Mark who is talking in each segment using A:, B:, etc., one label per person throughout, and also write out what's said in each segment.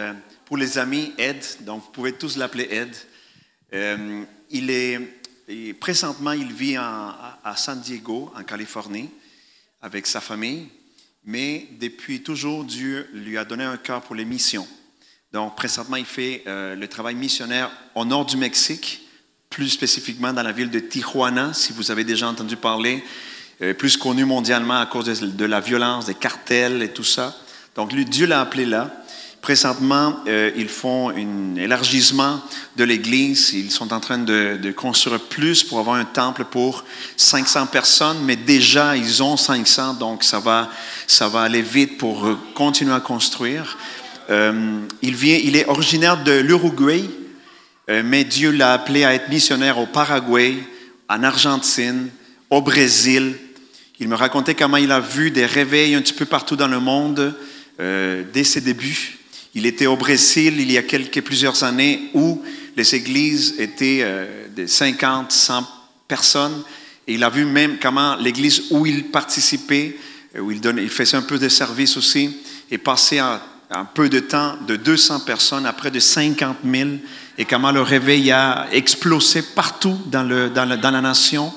A: Euh, pour les amis, Ed, donc vous pouvez tous l'appeler Ed. Euh, il est, et présentement, il vit en- à, à San Diego, en Californie, avec sa famille, mais depuis toujours, Dieu lui a donné un cœur pour les missions. Donc, présentement, il fait euh, le travail missionnaire au nord du Mexique, plus spécifiquement dans la ville de Tijuana, si vous avez déjà entendu parler, euh, plus connue mondialement à cause de, de la violence, des cartels et tout ça. Donc, lui, Dieu l'a appelé là. Présentement, euh, ils font un élargissement de l'Église. Ils sont en train de, de construire plus pour avoir un temple pour 500 personnes, mais déjà, ils ont 500, donc ça va, ça va aller vite pour euh, continuer à construire. Euh, il, vient, il est originaire de l'Uruguay, euh, mais Dieu l'a appelé à être missionnaire au Paraguay, en Argentine, au Brésil. Il me racontait comment il a vu des réveils un petit peu partout dans le monde euh, dès ses débuts. Il était au Brésil il y a quelques, plusieurs années où les églises étaient euh, de 50, 100 personnes. Et il a vu même comment l'église où il participait, euh, où il, donnait, il faisait un peu de service aussi, est passée à un peu de temps de 200 personnes à près de 50 000 et comment le réveil a explosé partout dans, le, dans, le- dans la nation.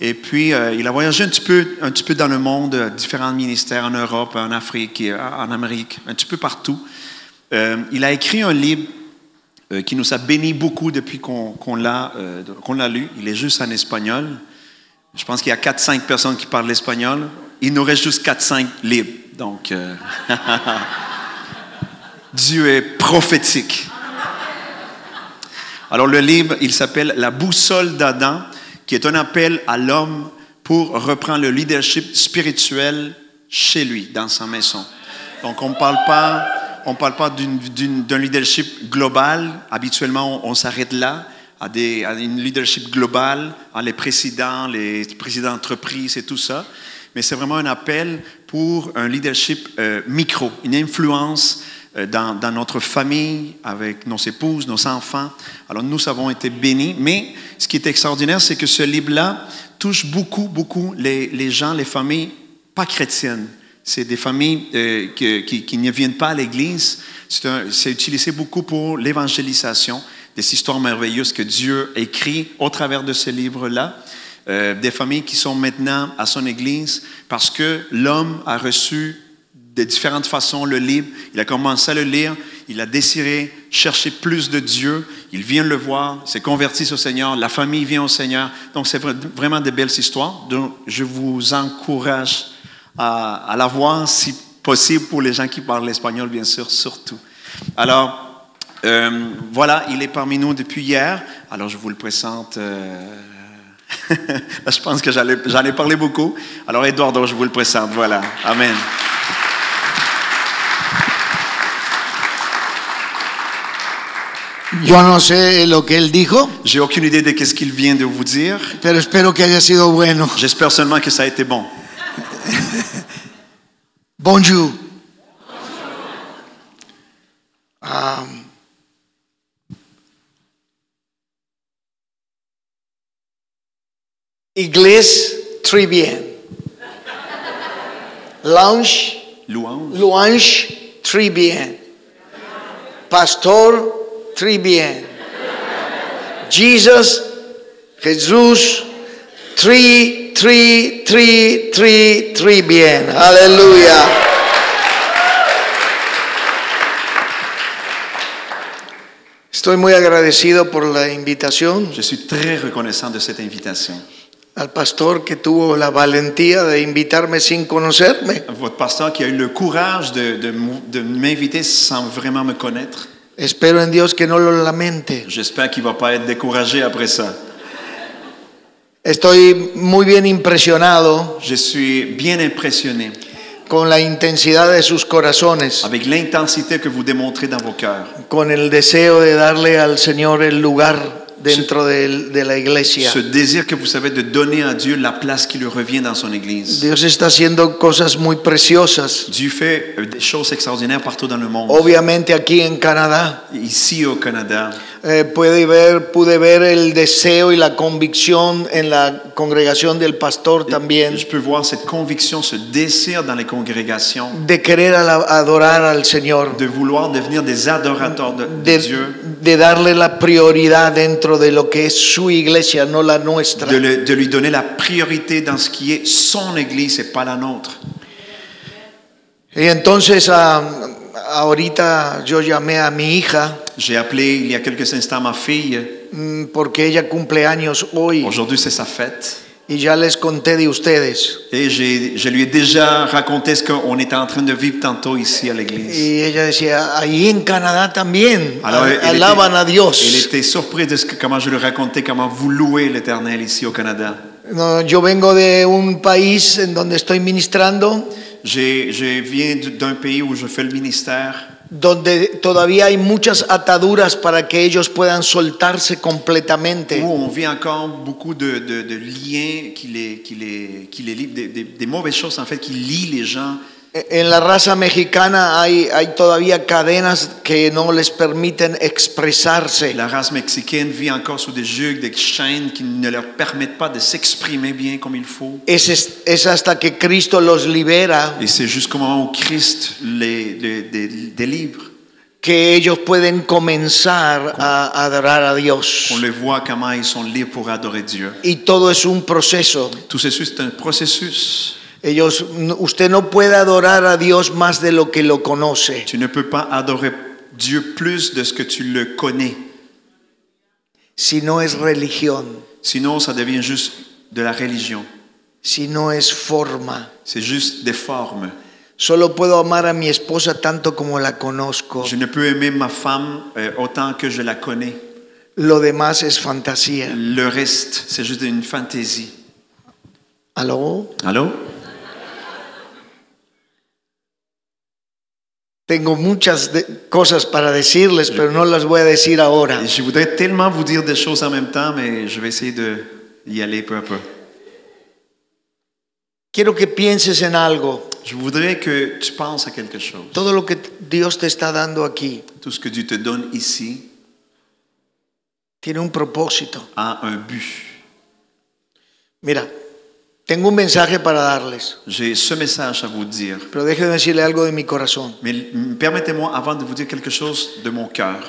A: Et puis, euh, il a voyagé un petit, peu, un petit peu dans le monde, euh, différents ministères en Europe, en Afrique, et en Amérique, un petit peu partout. Euh, il a écrit un livre euh, qui nous a béni beaucoup depuis qu'on qu'on l'a euh, qu'on l'a lu. Il est juste en espagnol. Je pense qu'il y a 4-5 personnes qui parlent l'espagnol. Il nous reste juste 4-5 libres. Donc, euh, Dieu est prophétique. Alors le livre, il s'appelle La boussole d'Adam, qui est un appel à l'homme pour reprendre le leadership spirituel chez lui, dans sa maison. Donc on ne parle pas, on parle pas d'une- d'une- d'un leadership global. Habituellement, on, on s'arrête là. À, des, à une leadership globale, à les présidents, les présidents d'entreprise et tout ça. Mais c'est vraiment un appel pour un leadership euh, micro, une influence euh, dans, dans notre famille, avec nos épouses, nos enfants. Alors nous avons été bénis, mais ce qui est extraordinaire, c'est que ce livre-là touche beaucoup, beaucoup les, les gens, les familles pas chrétiennes. C'est des familles euh, que- qui, qui ne viennent pas à l'Église. C'est un- c'est utilisé beaucoup pour l'évangélisation, des histoires merveilleuses que Dieu écrit au travers de ce livre-là. Euh, des familles qui sont maintenant à son Église parce que l'homme a reçu de différentes façons le livre. Il a commencé à le lire, il a désiré chercher plus de Dieu, il vient le voir, s'est converti au Seigneur, la famille vient au Seigneur. Donc c'est vra- vraiment de belles histoires. Donc je vous encourage à, à la voir si possible pour les gens qui parlent l'espagnol, bien sûr, surtout. Alors euh, voilà, il est parmi nous depuis hier. Alors je vous le présente. euh, Là, je pense que j'allais j'en ai parlé beaucoup. Alors, Eduardo, je vous le présente. Voilà. Amen.
B: Yo no sé lo que él dijo,
A: J'ai aucune idée de qu'est-ce qu'il vient de vous dire.
B: pero espero que haya sido bueno.
A: J'espère seulement que ça a été bon.
B: Bonjour. Ah, Inglés très bien. Lounge,
A: Louange.
B: louange très bien. Pastor très bien. Jesus, Jesús, tri, tri, tri, tri, tri bien. Aleluya. Estoy muy agradecido por la invitación
A: Je suis très reconnaissant de cette invitation.
B: al pastor que tuvo la valentía de invitarme sin conocerme.
A: Votre pasteur qui a eu le courage de, de mou- de m'inviter sans vraiment me connaître,
B: Espero en Dios que no lo lamente.
A: j'espère qu'il ne va pas être découragé après ça.
B: Estoy muy bien impresionado
A: Je suis bien impressionné
B: con la intensidad de sus corazones,
A: avec l'intensité que vous démontrez dans vos cœurs,
B: con el deseo de darle al Señor el lugar dentro del- de, la iglesia.
A: ce désir que vous avez de donner à Dieu la place qui lui revient dans son Église.
B: Dios está haciendo cosas muy preciosas.
A: Dieu
B: Oh.
A: fait euh, des choses extraordinaires partout dans le monde.
B: Obviamente aquí en Canadá
A: Ici au Canada,
B: eh, puede ver, pude ver el deseo y la convicción en la congregación del pastor también
A: Je peux voir cette conviction, ce désir dans les congrégations
B: de querer ala- adorar al Señor,
A: de vouloir devenir des adorateurs de, de
B: de,
A: Dieu,
B: de darle la prioridad dentro de lo que es su iglesia, no la nuestra.
A: de, le- de lui donner la priorité dans ce qui est son Église et pas la nôtre.
B: Y entonces ah, ahorita yo llamé a mi hija
A: J'ai appelé il y a quelques instants ma fille.
B: mm, porque ella cumple años hoy
A: Aujourd'hui, c'est sa fête.
B: y ya les conté de ustedes.
A: Et j'ai- je lui ai déjà raconté ce qu'on était en train de vivre tantôt ici à l'église.
B: Y ella decía, ahí en Canadá también
A: Alors, elle- elle
B: alaban
A: était-
B: a Dios.
A: Elle était surprise de ce que, comment je lui racontais comment vous louez l'Éternel ici au Canada.
B: No, yo vengo de un país en donde estoy ministrando,
A: J'ai- Je viens d- d'un pays où je fais le ministère,
B: donde todavía hay muchas ataduras para que ellos puedan soltarse completamente.
A: où on vit encore beaucoup de, de- de liens qui les, qui les, qui les lient, des, des- des mauvaises choses en fait qui lient les gens.
B: En la raza mexicana hay, hay todavía cadenas que no les permiten expresarse.
A: La race mexicaine vit encore sous des juges, des chaînes qui ne leur permettent pas de s'exprimer bien comme il faut.
B: Es, es- es hasta que Cristo los libera
A: Et c'est jusqu'au moment où Christ les, les- les- les délivre
B: que ellos pueden comenzar a adorar a Dios.
A: qu'on les voit comment ils sont libres pour adorer Dieu.
B: Y todo es un proceso.
A: Tout ceci, c'est un processus.
B: Ellos, no- usted no puede adorar a Dios más de lo que lo conoce.
A: Tu ne peux pas adorer Dieu plus de ce que tu le connais.
B: si no es religión,
A: Sinon, ça devient juste de la religion.
B: si no es forma.
A: C'est juste des formes.
B: Solo puedo amar a mi esposa tanto como la conozco.
A: Je ne peux aimer ma femme euh, autant que je la connais.
B: Lo demás es fantasía.
A: Le reste, c'est juste une fantaisie.
B: ¿Aló?
A: Allô?
B: Tengo muchas de- cosas para decirles, pero no las voy a decir ahora.
A: Je voudrais tellement vous dire des choses en même temps, mais je vais essayer de y aller peu à peu.
B: Quiero que pienses en algo.
A: Je voudrais que tu penses à quelque chose.
B: Todo lo que t- Dios te está dando aquí
A: Tout ce que Dieu te donne ici
B: tiene un propósito.
A: a un but.
B: Mira, tengo un mensaje para darles,
A: J'ai ce message à vous dire.
B: pero déjenme decirle algo de mi corazón.
A: Mais mm, permettez-moi, avant de vous dire quelque chose de mon cœur,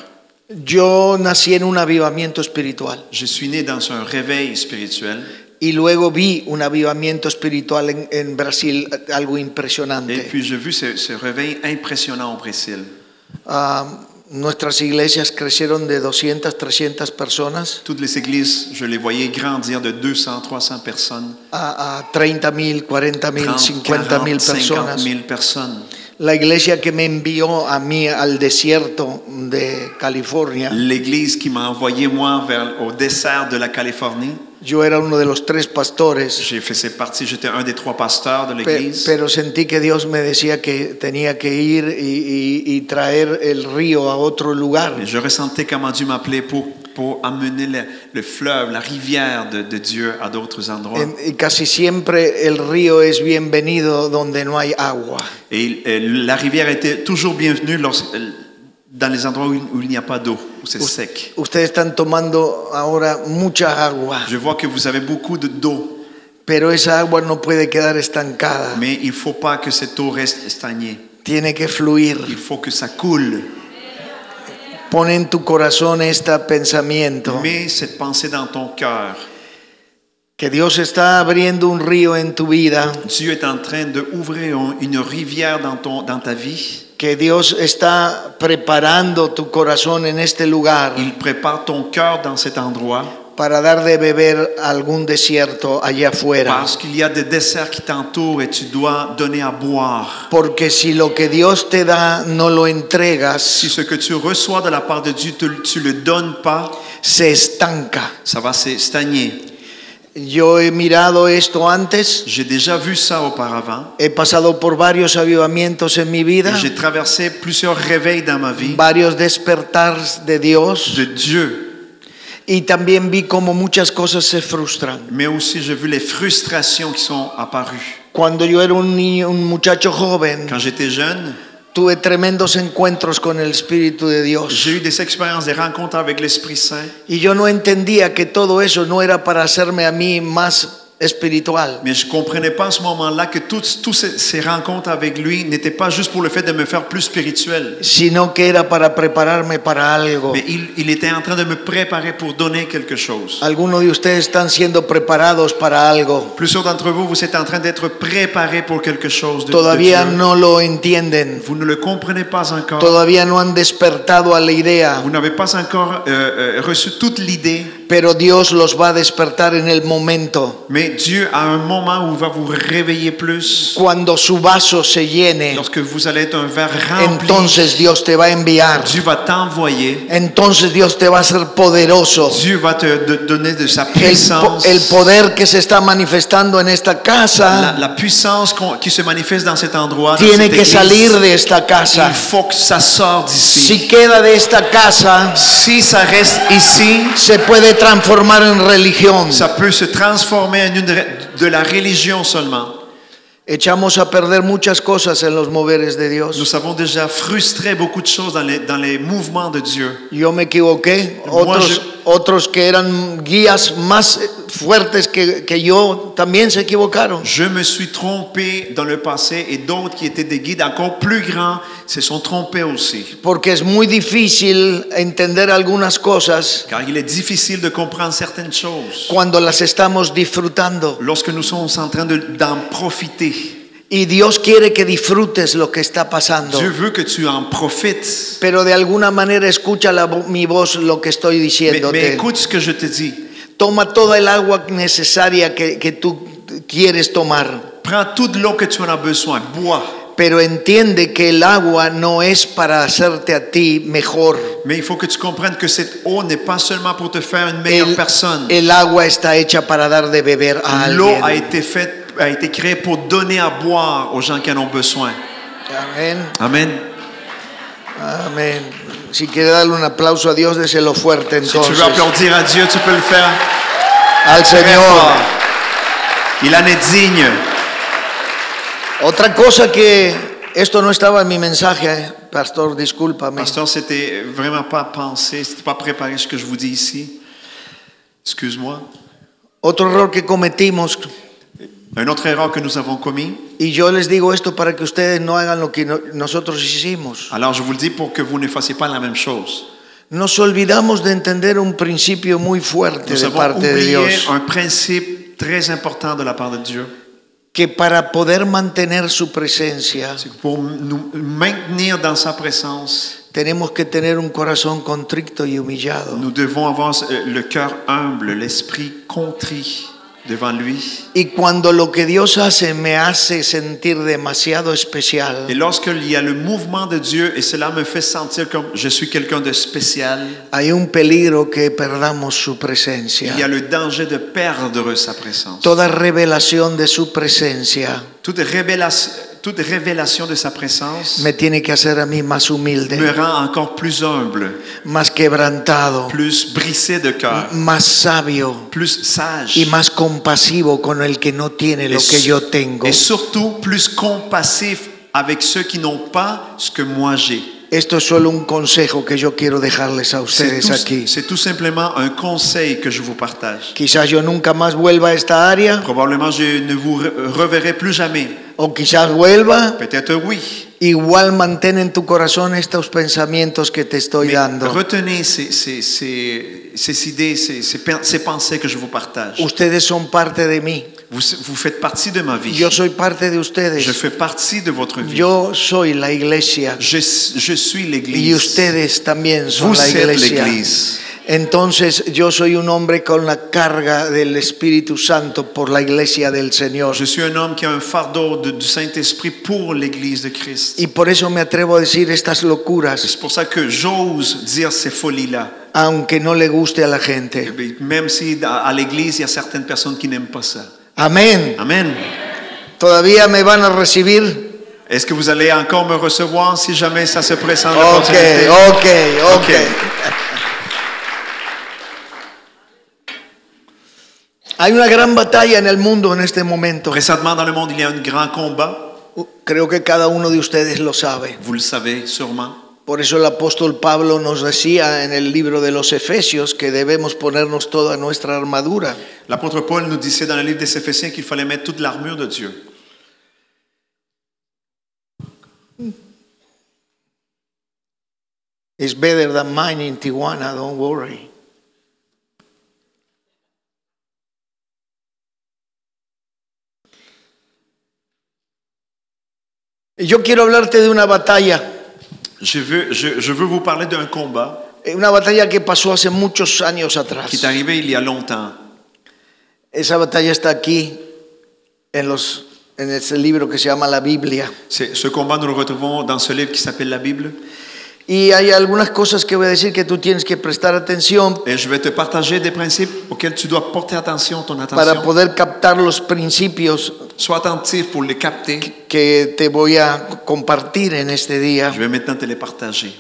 B: Yo nací en un avivamiento espiritual
A: je suis né dans un réveil spirituel
B: y luego vi un avivamiento espiritual en, en Brasil, algo
A: et
B: impresionante.
A: puis j'ai vu ce, ce réveil impressionnant au Brésil.
B: Ah, nuestras iglesias crecieron de 200, 300 personas
A: Toutes les églises, je les voyais grandir de 200, 300 personnes,
B: a, a 30 mil, 40 mil,
A: 30,
B: 50 mil
A: 50
B: personas.
A: 000 personnes.
B: La iglesia que me envió a mí al desierto de California,
A: L'église qui m'a envoyé, moi, vers, au dessert de la Californie,
B: yo era uno de los tres pastores,
A: j'ai fait partie, j'étais un des trois pasteurs de
B: pe-
A: l'église.
B: pero sentí que Dios me decía que tenía que ir y, y- y traer el río a otro
A: Mais
B: lugar.
A: je ressentais comment Dieu m'appelait pour, pour amener le, le fleuve, la rivière de, de Dieu à d'autres endroits.
B: En- y casi siempre el río es bienvenido donde no hay agua.
A: Et euh, la rivière était toujours bienvenue lorsque- euh, dans les endroits où, il- où il n'y a pas d'eau, où c'est sec.
B: Ustedes están tomando ahora mucha agua,
A: Je vois que vous avez beaucoup de- d'eau,
B: pero esa agua no puede quedar estancada,
A: mais il ne faut pas que cette eau reste stagnée.
B: tiene que fluir.
A: Il faut que ça coule.
B: Pon en tu corazón este pensamiento.
A: Mets cette pensée dans ton cœur.
B: que Dios está abriendo un río en tu vida,
A: Dieu est en train d'ouvrir une rivière dans, ton, dans ta vie.
B: que Dios está preparando tu corazón en este lugar
A: Il prépare ton cœur dans cet endroit.
B: para dar de beber a algún desierto allá afuera.
A: Parce qu'il y a des desserts qui t'entourent et tu dois donner à boire.
B: Porque si lo que Dios te da no lo
A: Si
B: entregas,
A: ce que tu reçois de la part de Dieu, te- tu le donnes pas,
B: se estanca.
A: ça va se stagner.
B: Yo he mirado esto antes,
A: J'ai déjà vu ça auparavant.
B: he pasado por varios avivamientos en mi
A: Et
B: vida,
A: J'ai traversé plusieurs réveils dans ma vie
B: varios despertar de Dios,
A: de Dieu,
B: y también vi como muchas cosas se frustran.
A: mais aussi j'ai vu les frustrations qui sont apparues.
B: Cuando yo era un niño, un muchacho joven,
A: Quand j'étais jeune,
B: Tuve tremendos encuentros con el Espíritu de Dios.
A: J'ai eu des expériences, des rencontres avec l'Esprit Saint,
B: Y yo no entendía que todo eso no era para hacerme a mí más espiritual,
A: mais je ne comprenais pas en ce moment-là que toutes, toutes ces, ces rencontres avec lui n'étaient pas juste pour le fait de me faire plus spirituel,
B: sino que era para prepararme para algo.
A: mais il, il était en train de me préparer pour donner quelque chose.
B: Algunos de ustedes están siendo preparados para algo.
A: Plusieurs d'entre vous, vous êtes en train d'être préparés pour quelque chose de, de
B: Todavía
A: Dieu.
B: no lo entienden.
A: Vous ne le comprenez pas encore.
B: Todavía no han despertado a la idea.
A: Vous n'avez pas encore euh, euh, reçu toute l'idée,
B: Pero Dios los va a despertar en el momento.
A: mais Dieu a un moment où il va vous réveiller plus.
B: Cuando su vaso se llene,
A: Lorsque vous allez être un verre rempli,
B: entonces Dios te va a enviar.
A: Dieu va t'envoyer.
B: Entonces Dios te va a hacer poderoso.
A: Dieu va te de- donner de sa
B: El, po-
A: puissance.
B: el poder que se está manifestando en esta
A: la,
B: casa
A: la puissance qu'on- qui se manifeste dans cet endroit. dans
B: tiene
A: cette
B: que
A: église.
B: salir de esta
A: Il
B: casa.
A: faut que ça sorte d'ici.
B: Si queda de esta casa,
A: Si ça reste ici,
B: se puede transformar en religión.
A: ça peut se transformer en une re- de la religion seulement.
B: Echamos a perder muchas cosas en los moveres de
A: Nous
B: Dios.
A: savons déjà frustré beaucoup de choses dans les, dans les mouvements de Dieu.
B: Yo me equivoqué. Otros, otros que eran guías más eh, fuertes que, que yo también se equivocaron.
A: Je me suis trompé dans le passé et d'autres qui étaient des guides encore plus grands se sont trompés aussi.
B: Porque es muy difícil entender algunas cosas
A: Car il est difficile de comprendre certaines choses
B: cuando las estamos disfrutando.
A: lorsque nous sommes en train de- d'en profiter.
B: Y Dios quiere que disfrutes lo que está pasando.
A: Dieu veut que tu en profites.
B: Pero de alguna manera escucha la vo- mi voz lo que estoy
A: Mais, mais
B: diciéndote.
A: écoute ce que je te dis.
B: Toma toda el agua necesaria que, que tú quieres tomar.
A: Prends toute l'eau que tu en as besoin. Bois.
B: Pero entiende que el agua no es para hacerte a ti mejor.
A: Mais il faut que tu comprennes que cette eau n'est pas seulement pour te faire une meilleure
B: El,
A: personne.
B: el agua está hecha para dar de beber a
A: L'eau a
B: alguien.
A: été faite, a été créée pour donner à boire aux gens qui en ont besoin.
B: Amén.
A: Amen.
B: Amén. Si quiere darle un aplauso a Dios, déselo fuerte
A: Si tu
B: entonces.
A: veux applaudir à Dieu, tu peux le faire.
B: Al
A: Très fort.
B: Señor.
A: Il en est digne.
B: Otra cosa que esto no estaba en mi mensaje, eh, pastor, discúlpame.
A: Pasteur, c'était vraiment pas pensé, c'était pas préparé ce que je vous dis ici. Excuse-moi.
B: Otro error que cometimos
A: Un autre erreur que nous avons commis.
B: y yo les digo esto para que ustedes no hagan lo que no- nosotros hicimos.
A: Alors je vous le dis pour que vous ne fassiez pas la même chose.
B: Nos olvidamos de entender un principio muy fuerte
A: Nous
B: de
A: avons
B: parte de
A: oublié
B: Dios,
A: un principe très important de la part de Dieu.
B: que para poder mantener su presencia
A: C'est que pour nous maintenir dans sa présence,
B: tenemos que tener un corazón contrito y humillado.
A: Nous devons avoir euh, le cœur humble, l'esprit contrit devant lui.
B: Y cuando lo que Dios hace me hace sentir demasiado
A: Et
B: especial,
A: lorsqu'il y a le mouvement de Dieu et cela me fait sentir comme je suis quelqu'un de spécial,
B: hay un peligro que perdamos su
A: il y a
B: presencia.
A: le danger de perdre sa présence.
B: Toda revelación de su presencia
A: Toute révélation, toute révélation de sa présence
B: me tiene que hacer a mí más
A: me
B: humilde,
A: rend encore plus humble,
B: más quebrantado,
A: plus brissé de cœur,
B: más sabio
A: plus sage
B: y más compasivo con el que no tiene lo que
A: su-
B: yo tengo.
A: et surtout plus compassif avec ceux qui n'ont pas ce que moi j'ai.
B: Esto es solo un consejo que yo quiero dejarles a
A: C'est
B: ustedes aquí.
A: tout, c'est tout simplement un conseil que je vous partage.
B: Quizás yo nunca más vuelva a esta área,
A: Probablement, je ne vous re- reverrai plus jamais.
B: o quizás vuelva.
A: Peut-être oui.
B: Igual mantén en tu corazón estos pensamientos que te estoy
A: Mais
B: dando.
A: retenez ces, ces- ces- ces idées, ces, ces pen- ces pensées que je vous partage.
B: Ustedes son parte de mí.
A: Vous, vous faites partie de ma vie.
B: Yo soy parte de
A: Je
B: ustedes.
A: fais partie de votre vie.
B: Yo soy la iglesia.
A: Je, je suis
B: Y
A: l'Église.
B: ustedes también son
A: Vous
B: la
A: êtes
B: iglesia.
A: l'Église.
B: Entonces yo soy un hombre con la carga del Espíritu Santo por la iglesia del Señor.
A: Je suis un homme qui a un fardeau de- du Saint-Esprit pour l'Église de Christ.
B: Y por eso me atrevo a decir estas locuras,
A: C'est pour ça que j'ose dire ces folies-là.
B: aunque no le guste a la gente.
A: Même si à à l'Église, il y a certaines personnes qui n'aiment pas ça.
B: Amén.
A: Amen.
B: ¿Todavía me van a recibir?
A: Est-ce que vous allez encore me recevoir si jamais ça se présente
B: Ok,
A: l'opportunité?
B: ok, ok.
A: Ok.
B: Hay una gran batalla en el mundo en este momento. este
A: Précédemment dans le monde, il y a un grand combat.
B: Uh, Creo que cada uno de ustedes lo sabe.
A: Vous le savez sûrement.
B: Por eso el apóstol Pablo nos decía en el libro de los Efesios que debemos ponernos toda nuestra armadura.
A: L'apôtre Paul nous disait dans le livre des Éphésiens qu'il fallait mettre toute l'armure de Dieu.
B: It's better than mine in Tijuana, don't worry. Yo quiero hablarte de una batalla,
A: Je veux, je, je veux vous parler d'un combat
B: eh, una batalla que pasó hace muchos años
A: qui est
B: atrás.
A: arrivé il y a longtemps.
B: Esa batalla está aquí en los en ese libro que se llama la Biblia.
A: C'est- ce combat, nous le retrouvons dans ce livre qui s'appelle la Bible.
B: Y hay algunas cosas que voy a decir que tú tienes que prestar atención
A: Et je vais te partager des principes auxquels tu dois porter attention, ton
B: para
A: attention.
B: poder captar los principios
A: Sois attentif pour les capter.
B: que te voy a compartir en este día.
A: Je vais maintenant te les partager.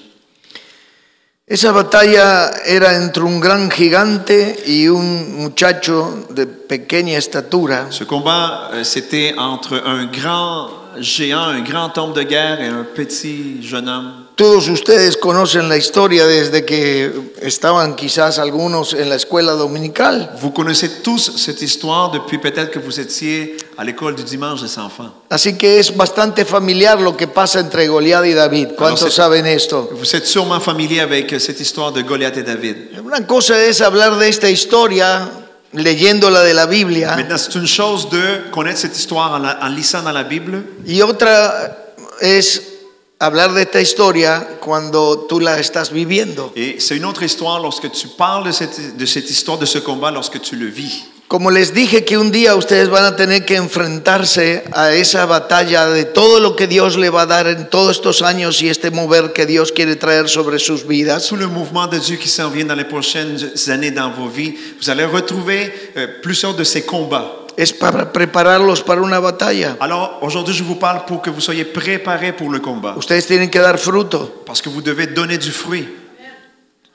B: Esa batalla era entre un gran gigante y un muchacho de pequeña estatura.
A: Ce combat, euh, c'était entre un grand géant, un grand homme de guerre et un petit jeune homme.
B: Todos ustedes conocen la historia desde que estaban quizás algunos en la escuela dominical.
A: Vous connaissez tous cette histoire depuis peut-être que vous étiez à l'école du dimanche des enfants.
B: Así que es bastante familiar lo que pasa entre Goliat y David. ¿Cuántos
A: sí.
B: saben esto?
A: Vous êtes sûrement familier avec euh, cette histoire de Goliath et David.
B: Una cosa es hablar de esta historia leyéndola de la Biblia
A: Maintenant, c'est une chose de connaître cette histoire en, la- en lisant dans la Bible.
B: y otra es hablar de esta historia cuando tú la estás viviendo.
A: Et c'est une autre histoire lorsque tu parles de cette, de cette histoire, de ce combat, lorsque tu le vis.
B: Como les dije que un día ustedes van a tener que enfrentarse a esa batalla de todo lo que Dios le va a dar en todos estos años y este mover que Dios quiere traer sobre sus vidas.
A: Sous le mouvement de Dieu qui s'en vient dans les prochaines années dans vos vies, vous allez retrouver euh, plusieurs de ces combats.
B: Es para prepararlos para una batalla.
A: Alors aujourd'hui, je vous parle pour que vous soyez préparés pour le combat,
B: Ustedes tienen que dar fruto.
A: parce que vous devez donner du fruit.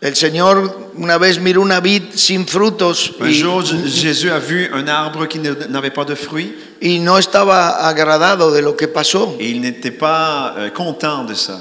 B: El Señor una vez miró una vid sin frutos
A: Un
B: y,
A: jour, J- Jésus a vu un arbre qui ne- n'avait pas de fruits
B: y no estaba agradado de lo que pasó.
A: et il n'était pas euh, content de ça.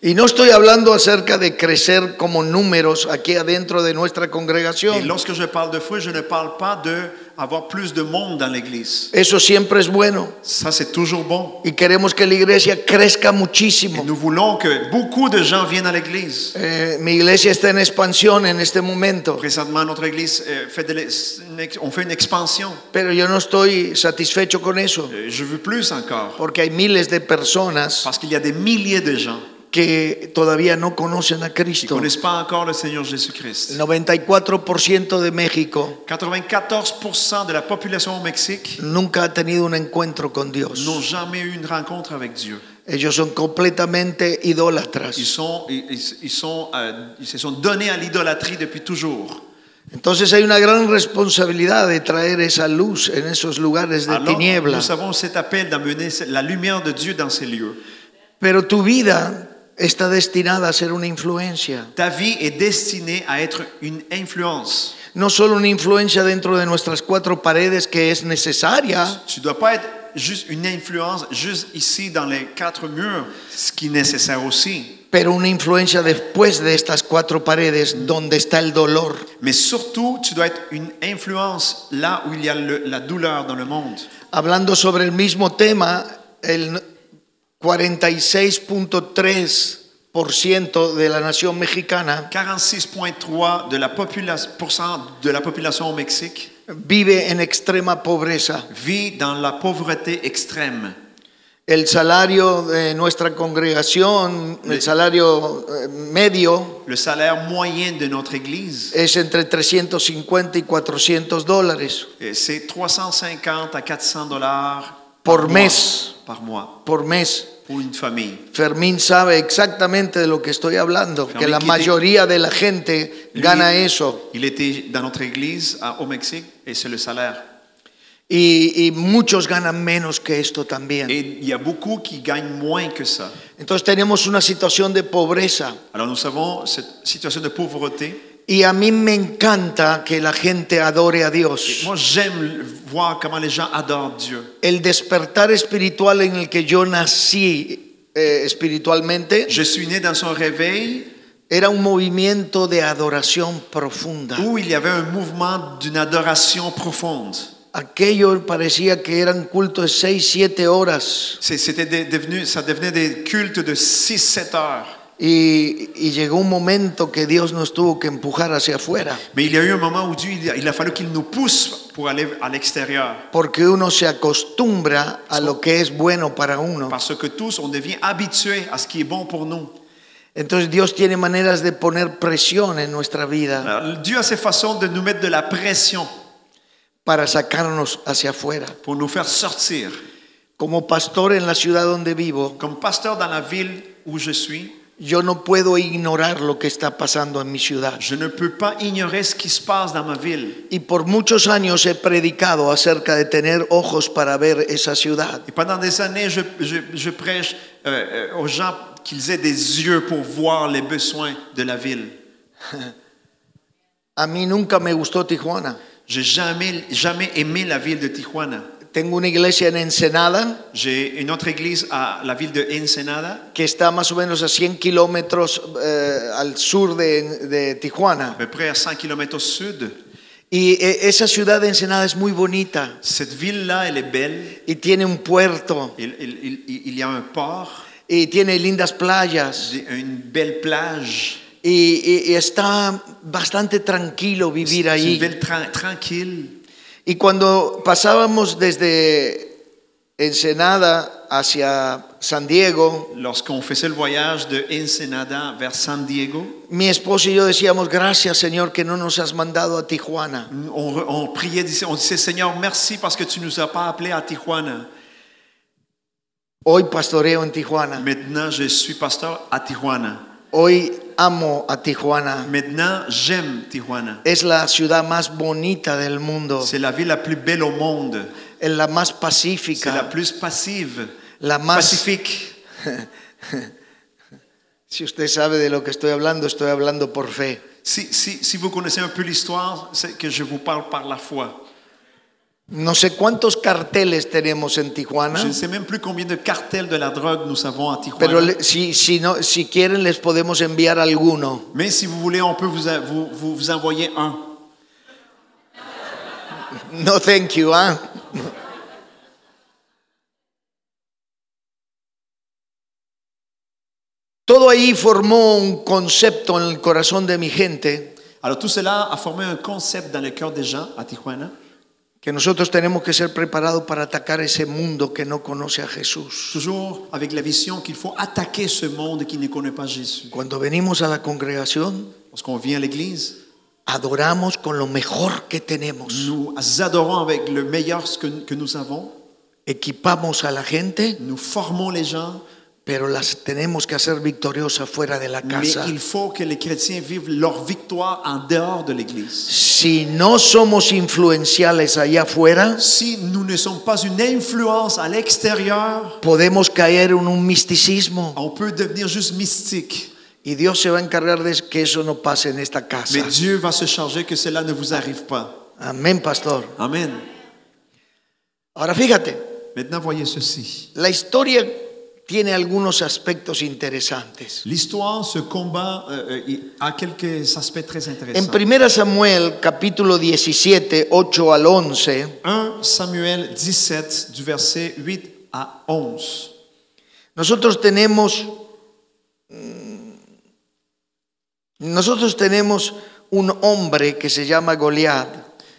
B: Y no estoy hablando acerca de crecer como números aquí adentro de nuestra
A: Et
B: congregación.
A: lorsque je parle de fruits, je ne parle pas de avoir plus de monde dans l'Église.
B: Eso siempre es bueno.
A: Ça, c'est toujours bon.
B: y queremos que la iglesia crezca
A: Et
B: muchísimo.
A: nous voulons que beaucoup de gens viennent à l'Église.
B: Eh, mi iglesia está en expansión en este momento,
A: Présentement, notre Église, euh, fait de l'e- une ex- on fait une expansion.
B: pero yo no estoy satisfecho con eso,
A: Euh, Je veux plus encore,
B: porque hay miles de personas
A: parce qu'il y a des milliers de gens
B: que todavía no conocen a
A: qui ne
B: Cristo.
A: connaissent pas encore le Seigneur Jésus-Christ.
B: El 94% de México
A: 94% de la population au Mexique
B: nunca ha tenido un encuentro con
A: n'ont
B: Dios.
A: jamais eu une rencontre avec Dieu.
B: Ellos son completamente
A: Ils,
B: idólatras.
A: sont, ils, ils- ils sont, euh, ils se sont donnés à l'idolâtrie depuis toujours.
B: Entonces hay una gran responsabilidad de traer esa luz en esos lugares de
A: Alors, nous
B: tinieblas.
A: savons cet appel d'amener la lumière de Dieu dans ces lieux.
B: Pero tu vida está destinada a ser una influencia.
A: Ta vie est destinée à être une influence.
B: no solo una influencia dentro de nuestras cuatro paredes que es necesaria,
A: Tu ne dois pas être juste une influence, juste ici dans les quatre murs, ce qui est nécessaire aussi.
B: pero una influencia después de estas cuatro paredes donde está el dolor.
A: Mais surtout, tu dois être une influence là où il y a le- la douleur dans le monde.
B: Hablando sobre el mismo tema, el 46.3% de la nación mexicana
A: 46,3 de la population de la population au Mexique
B: vive en extrema pobreza.
A: vit dans la pauvreté extrême.
B: El salario de nuestra congregación, el salario eh, medio,
A: Le salaire moyen de notre Église,
B: es entre 350 y 400 dólares
A: eh, c'est 350 à 400 dollars
B: Por mes.
A: par mois
B: por mes.
A: pour une famille.
B: Fermín sabe exactamente de lo que estoy hablando, que
A: Fermín,
B: la
A: ¿qué te-
B: mayoría de la gente
A: Lui,
B: gana eso
A: Il était dans notre Église à- au Mexique et c'est le salaire.
B: y, y muchos ganan menos que esto también.
A: Et il y a beaucoup qui gagnent moins que ça.
B: Entonces tenemos una situación de pobreza
A: Alors nous savons cette situation de pauvreté
B: Y a mí me encanta que la gente adore a
A: Et
B: Dios.
A: moi, j'aime voir comment les gens adorent Dieu.
B: El despertar espiritual en el que yo nací eh, espiritualmente
A: Je suis né dans son réveil
B: era un movimiento de adoración profunda. Uh,
A: où il y avait un mouvement d'une adoration profonde.
B: Aquello parecía que eran cultos de seis, siete horas.
A: C'est- C'était de- devenu, ça devenait des cultes de 6-7 heures.
B: Y, y llegó un momento que Dios nos tuvo que empujar hacia afuera.
A: Mais il y a eu un moment où Dieu, il a, il a fallu qu'il nous pousse pour aller à l'extérieur.
B: Porque uno se acostumbra a lo que es bueno para uno.
A: Parce que tous, on devient habitués à ce qui est bon pour nous.
B: Entonces Dios tiene maneras de poner presión en nuestra vida
A: Alors, Dieu a ses façons de nous mettre de la pression
B: para sacarnos hacia afuera.
A: pour nous faire sortir.
B: Como pastor en la ciudad donde vivo,
A: Comme pasteur dans la ville où je suis,
B: yo no puedo ignorar lo que está pasando en mi ciudad.
A: je ne peux pas ignorer ce qui se passe dans ma ville.
B: Y por muchos años he predicado acerca de tener ojos para ver esa ciudad.
A: Et pendant des années, je, je- je prêche euh, euh, aux gens qu'ils aient des yeux pour voir les besoins de la ville.
B: A mí nunca me gustó Tijuana.
A: J'ai jamais, jamais aimé la ville de Tijuana.
B: Tengo una iglesia en Ensenada
A: J'ai une autre église à la ville de Ensenada,
B: que está más o menos a 100 kilómetros eh, al sur de- de Tijuana.
A: à peu près à 100 km au sud.
B: Y eh, esa ciudad de Ensenada es muy bonita
A: Cette ville-là, elle est belle.
B: y tiene un puerto
A: Il, il- il- il y a un port,
B: y tiene lindas playas
A: j'ai une belle plage.
B: y, y- y está bastante tranquilo vivir
A: C'est une
B: ahí.
A: ville tran- tranquille.
B: Y cuando pasábamos desde Ensenada hacia San Diego,
A: Lorsqu'on faisait le voyage de Ensenada vers San Diego,
B: mi esposo y yo decíamos, gracias Señor que no nos has mandado a Tijuana.
A: on, re- on priait, d'ici- on disait Seigneur, merci parce que tu nous as pas appelés à Tijuana.
B: Hoy pastoreo en Tijuana,
A: Maintenant, je suis pasteur à Tijuana.
B: hoy amo a Tijuana.
A: Maintenant, j'aime Tijuana.
B: Es la ciudad más bonita del mundo,
A: C'est la ville la plus belle au monde.
B: es la más
A: C'est la
B: pacífica,
A: plus passive,
B: la más...
A: pacifique.
B: Si usted sabe de lo que estoy hablando, estoy hablando por fe.
A: Si, si- si vous connaissez un peu l'histoire, c'est que je vous parle par la foi.
B: No sé cuántos carteles tenemos en Tijuana,
A: Je ne sais même plus combien de cartels de la drogue nous avons à Tijuana.
B: pero le- si, si, no, si quieren les podemos enviar alguno.
A: Mais si vous voulez, on peut vous, a- vous- vous- vous envoyer un.
B: No, thank you. ah. Todo ahí formó un concepto en el corazón de mi gente
A: Alors tout cela a formé un concept dans le cœur des gens à Tijuana.
B: que nosotros tenemos que ser preparados para atacar ese mundo que no conoce a Jesús.
A: Toujours avec la vision qu'il faut attaquer ce monde qui ne connaît pas Jésus.
B: Cuando venimos a la congregación,
A: Lorsqu'on vient à l'église,
B: adoramos con lo mejor que tenemos.
A: nous adorons avec le meilleur ce que, que nous avons.
B: Equipamos a la gente,
A: Nous formons les gens,
B: pero las tenemos que hacer victoriosas fuera de la
A: mais
B: casa.
A: il faut que les chrétiens vivent leur victoire en dehors de l'église.
B: Si no somos influenciales allá afuera,
A: Si nous ne sommes pas une influence à l'extérieur,
B: podemos caer en un misticismo
A: on peut devenir juste mystique.
B: y Dios se va a encargar de que eso no pase en esta
A: Mais
B: casa.
A: Dieu va se charger que cela ne vous arrive pas.
B: Amén, pastor.
A: Amen.
B: Ahora fíjate,
A: Maintenant, voyez ceci.
B: la historia tiene algunos aspectos interesantes.
A: L'histoire, ce combat, euh, euh, a quelques aspects très
B: En
A: intéressants.
B: 1 Samuel capítulo 17, 8 al 11.
A: 1 Samuel 17, du verset 8 à 11.
B: Nosotros tenemos mm, nosotros tenemos un hombre que se llama Goliat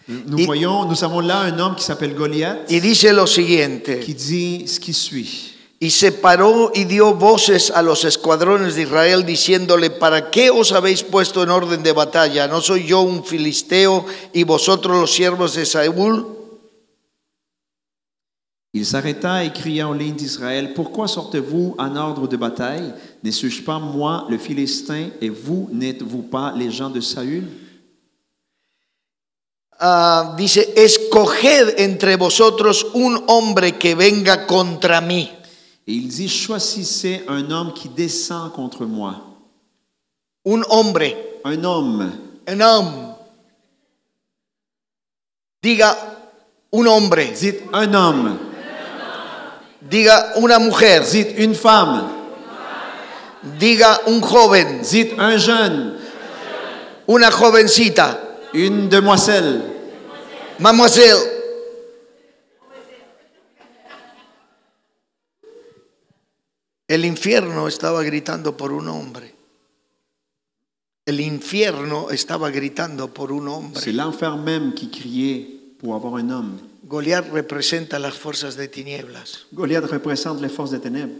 A: Nous
B: Il-
A: voyons, nous avons là un homme qui s'appelle Goliath
B: y dice lo
A: qui
B: siguiente:
A: dit ce qui suit.
B: Y se paró y dio voces a los escuadrones de Israel diciéndole: ¿Para qué os habéis puesto en orden de batalla? ¿No soy yo un filisteo y vosotros los siervos de Saúl?
A: Il s'arrêta et cria en ligne d'Israël Pourquoi sortez-vous en ordre de bataille Ne suis-je pas moi le Philistin et vous n'êtes-vous pas les gens de Saül
B: Ah, dice: Escoged entre vosotros un hombre que venga contra mí.
A: Et il dit Choisissez un homme qui descend contre moi.
B: Un hombre.
A: Un homme.
B: Enam. Diga un hombre,
A: Dites un homme.
B: diga una mujer,
A: Dites une femme.
B: diga un joven,
A: Dites un jeune.
B: una jovencita,
A: Une demoiselle.
B: mademoiselle. El infierno estaba gritando por un hombre. El infierno estaba gritando por un
A: C'est
B: hombre.
A: l'enfer même qui criait pour avoir un homme.
B: Goliat representa las fuerzas de tinieblas.
A: Goliath représente les forces des ténèbres.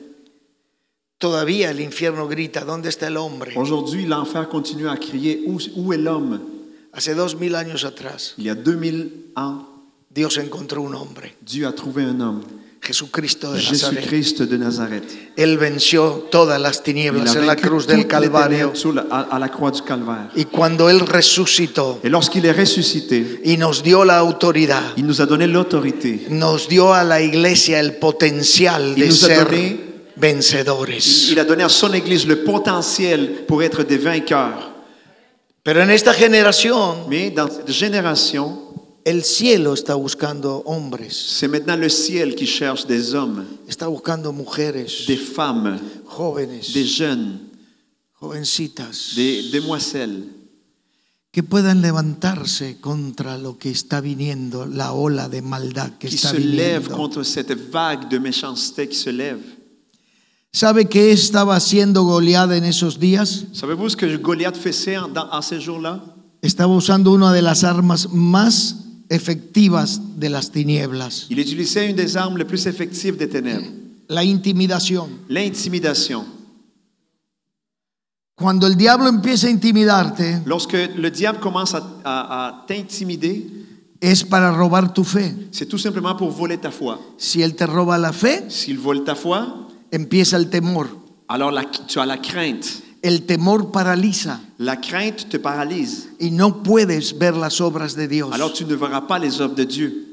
B: Todavía el infierno grita, ¿dónde está el hombre?
A: Aujourd'hui, l'enfer continue à crier où, où est l'homme
B: Hace dos mil años atrás,
A: Il y a 2000 ans,
B: Dios encontró un hombre,
A: Dieu a trouvé un homme,
B: Jesucristo de Nazaret.
A: Jésus-Christ de Nazareth.
B: Él venció todas las
A: Il
B: tinieblas
A: a
B: en la
A: vaincu
B: cruz
A: toutes les
B: del Calvario.
A: ténèbres sur la- à, à la croix du Calvaire.
B: Y cuando Él resucitó
A: Et lorsqu'il est ressuscité,
B: y nos dio la autoridad,
A: il nous a donné l'autorité.
B: nos dio a la iglesia el potencial
A: Y
B: de
A: nos ha
B: ser
A: donado- Il,
B: vencedores.
A: il a donné à son Église le potentiel pour être des vainqueurs.
B: Pero en esta generación,
A: Mais dans cette génération,
B: el cielo está buscando hombres,
A: c'est maintenant le ciel qui cherche des hommes,
B: está buscando mujeres,
A: des femmes,
B: jóvenes,
A: des jeunes,
B: jovencitas,
A: des demoiselles,
B: que puedan levantarse contra lo que está viniendo, la ola de maldad que
A: qui
B: está
A: se lèvent
B: viniendo.
A: contre cette vague de méchanceté qui se lève.
B: ¿Sabe qué estaba haciendo Goliat en esos días?
A: Savez-vous ce que Goliath faisait en, dans- en ces jours-là?
B: Estaba usando una de las armas más efectivas de las tinieblas,
A: Il utilisait une des armes les plus effectives des ténèbres,
B: la intimidación.
A: l'intimidation.
B: Cuando el diablo empieza a intimidarte,
A: Lorsque le diable commence à, à- à t'intimider,
B: es para robar tu fe.
A: c'est tout simplement pour voler ta foi.
B: Si él te roba la fe,
A: S'il vole ta foi,
B: empieza el temor.
A: alors la- tu as la crainte.
B: El temor paraliza
A: La crainte te paralyse.
B: y no puedes ver las obras de Dios.
A: Alors tu ne verras pas les œuvres de Dieu.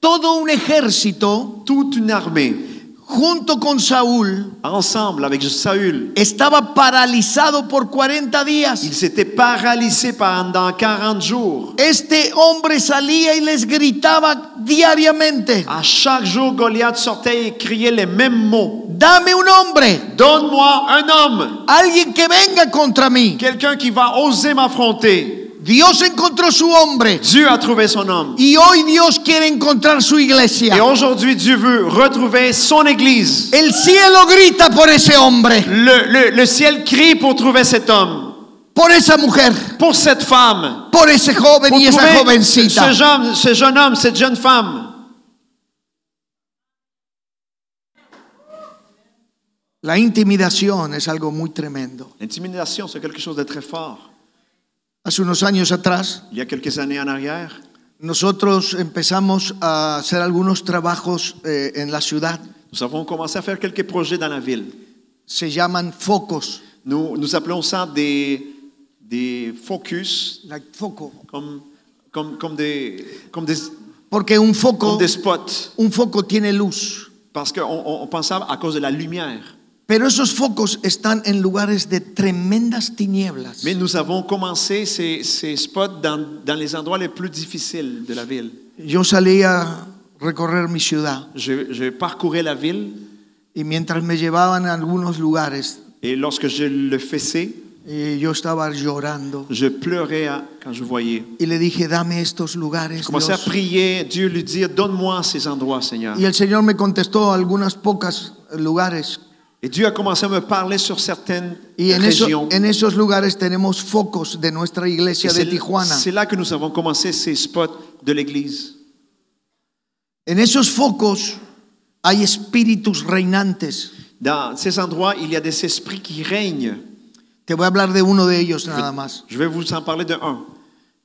B: Todo un ejército
A: Toute une armée,
B: junto con Saúl,
A: ensemble avec Saül,
B: estaba paralizado por 40 días.
A: ils étaient paralysés pendant 40 jours.
B: Este hombre salía y les gritaba diariamente,
A: À chaque jour, Goliath sortait et criait les mêmes mots.
B: dame un hombre,
A: Donne-moi un homme,
B: alguien que venga contra mí.
A: quelqu'un qui va oser m'affronter.
B: Dios encontró su hombre
A: Dieu a trouvé son homme.
B: y hoy Dios quiere encontrar su
A: Et
B: iglesia.
A: aujourd'hui, Dieu veut retrouver son Église.
B: El cielo grita por ese hombre,
A: Le, le- le ciel crie pour trouver cet homme,
B: por esa mujer,
A: pour cette femme,
B: por ese joven
A: pour
B: y esa
A: trouver ce,
B: jovencita.
A: ce jeune, ce jeune homme, cette jeune femme.
B: La intimidación es algo muy tremendo.
A: L'intimidation, c'est quelque chose de très fort.
B: Hace unos años atrás,
A: Il y a quelques années en arrière,
B: Nosotros empezamos a hacer algunos trabajos eh, en la ciudad,
A: nous avons commencé à faire quelques projets dans la ville.
B: se llaman focos.
A: Nous, nous appelons ça des, des focus,
B: like, foco.
A: comme, comme, comme, des, comme, des,
B: Porque un foco,
A: comme des spots.
B: un foco tiene luz,
A: Parce qu'on on, on pensait à cause de la lumière.
B: pero esos focos están en lugares de tremendas tinieblas.
A: Mais nous avons commencé ces, ces spots dans, dans les endroits les plus difficiles de la ville.
B: Yo salía a recorrer mi ciudad
A: Je, je parcourais la ville
B: y mientras me llevaban a algunos lugares,
A: et lorsque je le faisais,
B: eh, yo estaba llorando
A: je pleurais à- quand je voyais.
B: y le dije, dame estos
A: Je
B: lugares.
A: commençais à
B: Dios".
A: prier, Dieu lui dire, donne-moi ces endroits, Seigneur.
B: Y el Señor me contestó algunas pocas eh, lugares
A: Et Dieu a commencé à me parler sur certaines
B: Y en, eso-
A: régions.
B: en esos lugares tenemos focos de nuestra
A: Et
B: iglesia de
A: c'est-
B: Tijuana.
A: C'est là que nous avons commencé ces spots de l'Église.
B: En esos focos hay espíritus reinantes.
A: Dans ces endroits, il y a des esprits qui règnent.
B: Te voy a hablar de uno de ellos nada más.
A: Je vais vous en parler de un.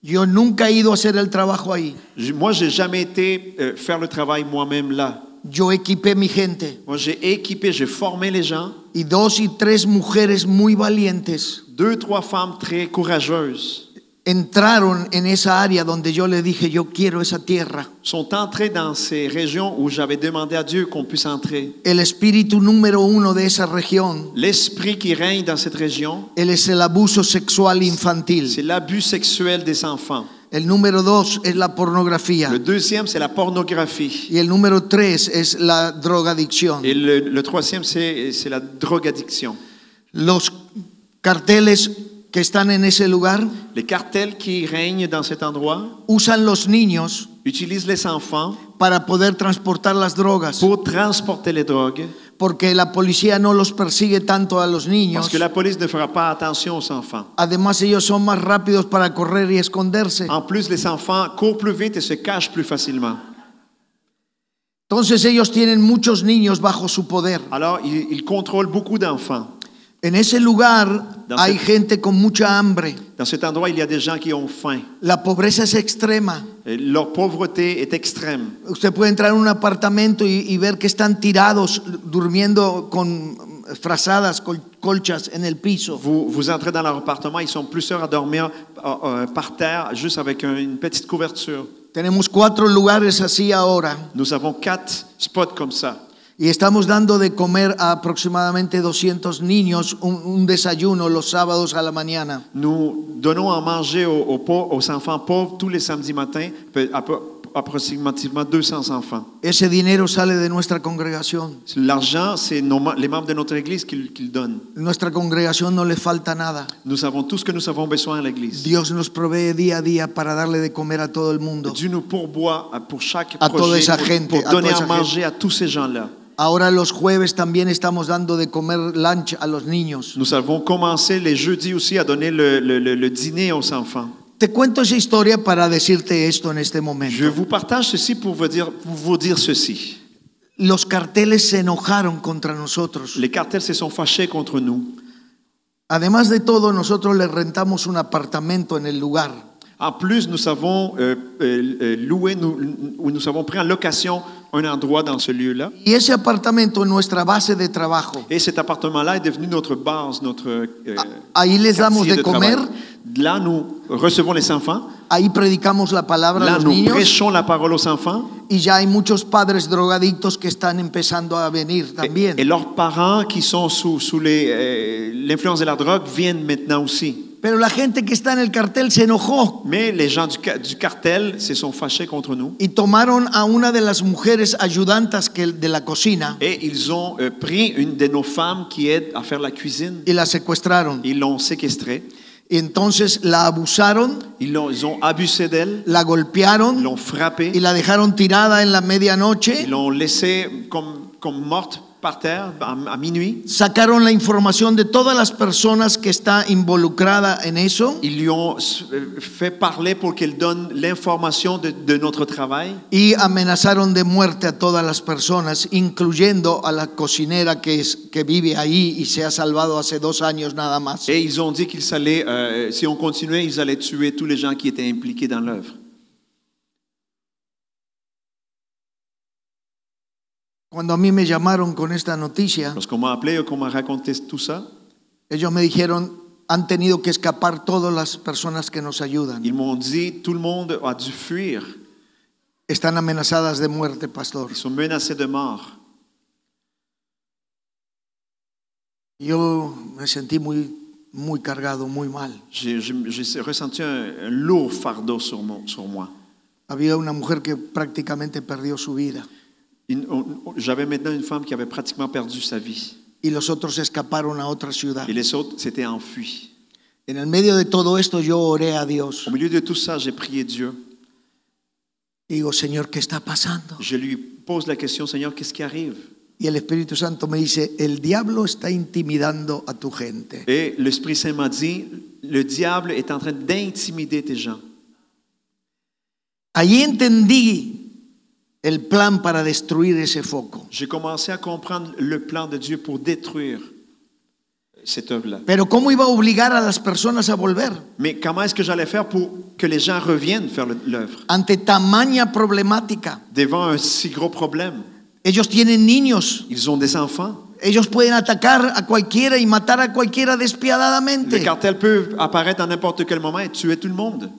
B: Yo nunca he ido a hacer el trabajo ahí.
A: Je- Moi, j'ai jamais été euh, faire le travail moi-même là.
B: Yo equipé mi gente
A: Moi, j'ai équipé, j'ai formé les gens.
B: y dos y tres mujeres muy valientes
A: Deux, trois femmes très courageuses
B: entraron en esa área donde yo le dije, yo quiero esa tierra.
A: sont entrés dans ces régions où j'avais demandé à Dieu qu'on puisse entrer.
B: El espíritu número uno de esa región
A: L'esprit qui règne dans cette région,
B: él es el abuso sexual
A: c'est
B: infantil.
A: l'abus sexuel des enfants.
B: El número dos es la pornografía.
A: Le deuxième, c'est la pornographie.
B: Y el número tres es la drogadicción.
A: Et le, le troisième, c'est c'est la drogaddiction.
B: Los carteles que están en ese lugar
A: Les cartels qui règnent dans cet endroit
B: usan los niños
A: utilisent les enfants
B: para poder transportar las drogas,
A: pour transporter les drogues,
B: porque la policía no los persigue tanto a los
A: parce
B: niños.
A: que la police ne fera pas attention aux enfants.
B: Además ellos son más rápidos para correr y esconderse.
A: En plus, les enfants courent plus vite et se cachent plus facilement.
B: Entonces ellos tienen muchos niños bajo su poder.
A: Alors, ils, ils contrôlent beaucoup d'enfants.
B: En ese lugar
A: Dans
B: hay
A: cet-
B: gente con mucha hambre.
A: Dans cet endroit, il y a des gens qui ont faim.
B: La pobreza es extrema.
A: Et Leur pauvreté est extrême.
B: Usted puede entrar en un apartamento y, y ver que están tirados, durmiendo con mm, frazadas, col- colchas en el piso.
A: Vous, vous entrez dans leur appartement, ils sont plusieurs à dormir euh, euh, par terre, juste avec un- une petite couverture.
B: Tenemos cuatro lugares así ahora
A: Nous avons quatre spots comme ça.
B: y estamos dando de comer a aproximadamente 200 niños un, un desayuno los sábados a la mañana.
A: Nous donnons à manger aux, aux pauvres- aux enfants pauvres tous les samedis matins, peu- appro- approximativement 200 enfants.
B: Ese dinero sale de nuestra congregación.
A: L'argent, c'est nos mem- les membres de notre Église qui, le- qui le donnent.
B: Nuestra congregación no le falta nada.
A: Nous avons tout ce que nous avons besoin à l'Église.
B: Dios nos provee día a día para darle de comer a todo el mundo.
A: Dieu nous pourboit à- pour chaque
B: À toda
A: projet,
B: esa
A: pour,
B: gente,
A: pour
B: à
A: donner
B: toda
A: à
B: esa
A: manger à tous ces gens-là.
B: Ahora los jueves también estamos dando de comer lunch a los niños.
A: Nous avons commencé les jeudis aussi à donner le, le- le- le dîner aux enfants.
B: Te cuento esa historia para decirte esto en este
A: Je
B: momento.
A: vous partage ceci pour vous dire, pour vous dire ceci.
B: Los carteles se enojaron contra nosotros.
A: Les cartels se sont fâchés contre nous.
B: Además de todo, nosotros les rentamos un apartamento en el lugar.
A: En plus, nous avons euh, euh, euh, loué, nous, ou nous avons pris en location un endroit dans ce lieu-là.
B: Y ese apartamento es nuestra base de trabajo.
A: Et cet appartement-là est devenu notre base, notre. euh,
B: A- ahí les damos
A: quartier
B: de
A: travail.
B: comer.
A: Là, nous recevons les enfants.
B: Ahí predicamos la palabra a
A: Là,
B: los
A: nous
B: niños
A: prêchons la parole aux enfants.
B: y ya hay muchos padres drogadictos que están empezando a venir
A: Et, et
B: también.
A: leurs parents qui sont sous, sous les, euh, l'influence de la drogue viennent maintenant aussi.
B: Pero la gente que está en el cartel se enojó
A: Mais les gens du, ca- du cartel se sont fâchés contre nous
B: y tomaron a una de las mujeres ayudantas que, de la cocina
A: et ils ont euh, pris une de nos femmes qui aide à faire la cuisine.
B: y la secuestraron.
A: Ils l'ont séquestrée.
B: Y entonces la abusaron,
A: Ils, l'ont- ils ont abusé d'elle.
B: la
A: Ils
B: golpearon
A: l'ont frappée.
B: y la dejaron tirada en la medianoche.
A: Ils l'ont laissée comme, comme morte par terre à, à minuit.
B: Sacaron la información de todas las personas que está involucrada en eso
A: Ils lui ont s- euh, fait parler pour qu'elle donne l'information de, de notre travail.
B: y amenazaron de muerte a todas las personas, incluyendo a la cocinera que, es, que vive ahí y se ha salvado hace dos años nada más.
A: Et ils ont dit qu'ils allaient, euh, si on continuait, ils allaient tuer tous les gens qui étaient impliqués dans l'œuvre.
B: Cuando a mí me llamaron con esta noticia,
A: Lorsqu'on m'a appelé et qu'on m'a raconté tout ça,
B: ellos me dijeron, han tenido que escapar todas las personas que nos ayudan.
A: ils m'ont dit tout le monde a dû fuir.
B: Están amenazadas de muerte, pastor.
A: Ils sont menacés de mort.
B: Yo me sentí muy, muy cargado, muy mal.
A: J'ai j'ai- j'ai ressenti un, un lourd fardeau sur, mon- sur moi.
B: Había una mujer que prácticamente perdió su vida
A: Une- on- J'avais maintenant une femme qui avait pratiquement perdu sa vie.
B: y los otros escaparon a otra ciudad.
A: Et les autres s'étaient enfuis.
B: En el medio de todo esto yo oré a Dios.
A: Au milieu de tout ça, j'ai prié Dieu.
B: Digo, Señor, ¿qué está pasando?
A: Je lui pose la question, Seigneur, qu'est-ce qui arrive
B: Y el Espíritu Santo me dice, el diablo está intimidando a tu gente.
A: Et l'Esprit Saint m'a dit, le diable est en train d'intimider tes gens.
B: Allí entendí el plan para destruir ese foco.
A: J'ai commencé à comprendre le plan de Dieu pour détruire cette œuvre-là.
B: Pero ¿cómo iba a obligar a las personas a volver?
A: Mais comment est-ce que j'allais faire pour que les gens reviennent faire le- l'œuvre
B: Ante tamaña problemática.
A: devant un si gros problème?
B: Ellos tienen niños,
A: Ils ont des enfants,
B: Ellos pueden atacar a cualquiera y matar a cualquiera
A: Le
B: despiadadamente.
A: cartel peut apparaître à n'importe quel moment et tuer tout le monde.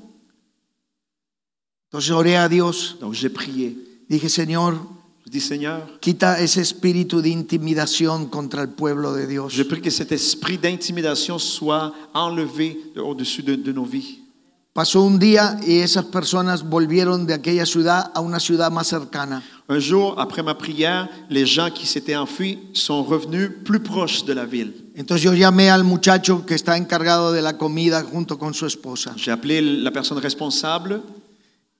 B: Entonces oré a Dios.
A: Donc j'ai prié.
B: Dije, Señor,
A: Je dis Seigneur,
B: quita ese espíritu de intimidación contra el pueblo de Dios.
A: je prie que cet esprit d'intimidation soit enlevé de- au-dessus de, de nos vies.
B: Pasó un día y esas personas volvieron de aquella ciudad a una ciudad más cercana.
A: Un jour, après ma prière, les gens qui s'étaient enfuis sont revenus plus proches de la ville.
B: Entonces yo llamé al muchacho que está encargado de la comida junto con su esposa.
A: J'ai appelé la personne responsable.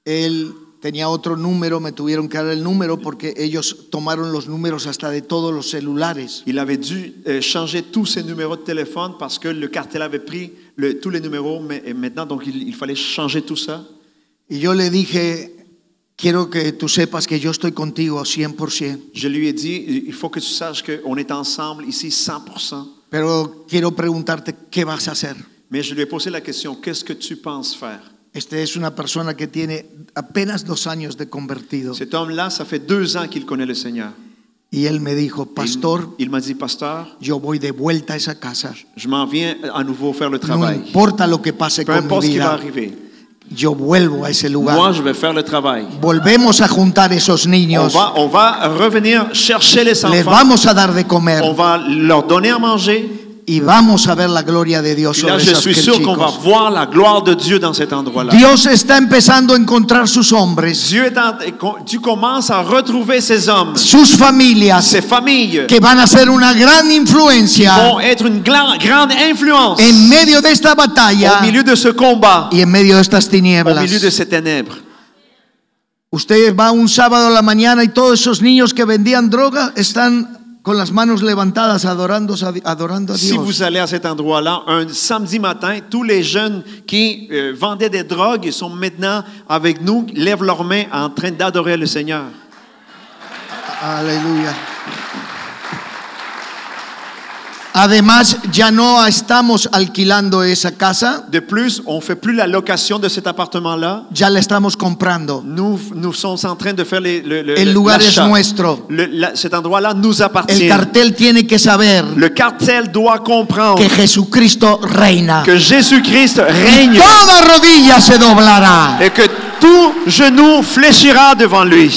B: Él tenía otro número, me tuvieron que dar el número porque ellos tomaron los números hasta de todos los celulares.
A: Il avait dû euh, changer tous ses numéros de téléphone parce que le cartel avait pris le- tous les numéros mais, et maintenant, donc il, il fallait changer tout ça.
B: Y yo le dije, quiero que tú sepas que yo estoy contigo 100%,
A: Je lui ai dit, il faut que tu saches qu'on est ensemble ici 100%.
B: pero quiero preguntarte qué vas a hacer.
A: Mais je lui ai posé la question, qu'est-ce que tu penses faire?
B: Este es una persona que tiene apenas dos años de convertido.
A: Cet homme-là, ça fait deux ans qu'il connaît le Seigneur.
B: Y él me dijo,
A: Et il-
B: pastor,
A: Il m'a dit, pasteur,
B: yo voy de vuelta a esa casa.
A: je m'en viens à nouveau faire le
B: No
A: travail.
B: importa lo que pase
A: Peu
B: con mi
A: importe ce qui va
B: vida,
A: arriver.
B: yo vuelvo a ese
A: Moi,
B: lugar.
A: je vais faire le travail.
B: Volvemos a juntar esos
A: On
B: niños.
A: va, on va revenir chercher les
B: Les
A: enfants.
B: vamos a dar de comer
A: On va leur donner à manger.
B: y vamos a ver la gloria de Dios
A: Puis là,
B: sobre
A: je
B: esos
A: suis sûr qu'on va
B: chicos.
A: voir la gloire de Dieu dans cet endroit-là.
B: Dios está empezando a encontrar sus hombres,
A: Dieu, est en- Dieu commence à retrouver ces hommes,
B: sus familias,
A: ces familles, qui
B: que van a ser una gran influencia
A: vont être une gla- grande influence
B: en medio de esta batalla
A: au milieu de ce combat,
B: y en medio de estas
A: au milieu de
B: tinieblas.
A: ces ténèbres.
B: Ustedes van un sábado a la mañana y todos esos niños que vendían droga están con las manos levantadas adorando, adorando a
A: Si
B: Dios.
A: vous allez à cet endroit-là, un samedi matin, tous les jeunes qui euh, vendaient des drogues ils sont maintenant avec nous, lèvent leurs mains en train d'adorer le Seigneur.
B: Aleluya. Además, ya no estamos alquilando esa casa,
A: De plus, on ne fait plus la location de cet appartement-là.
B: ya la estamos comprando.
A: Nous, nous sommes en train de faire les, le, le-
B: El lugar es
A: l'achat.
B: nuestro.
A: Le- la- cet endroit-là nous
B: El
A: appartient.
B: cartel tiene que saber
A: Le cartel doit comprendre
B: que Jesucristo reina.
A: que Jésus-Christ règne
B: Toda rodilla se doblará.
A: et que tout genou fléchira devant lui.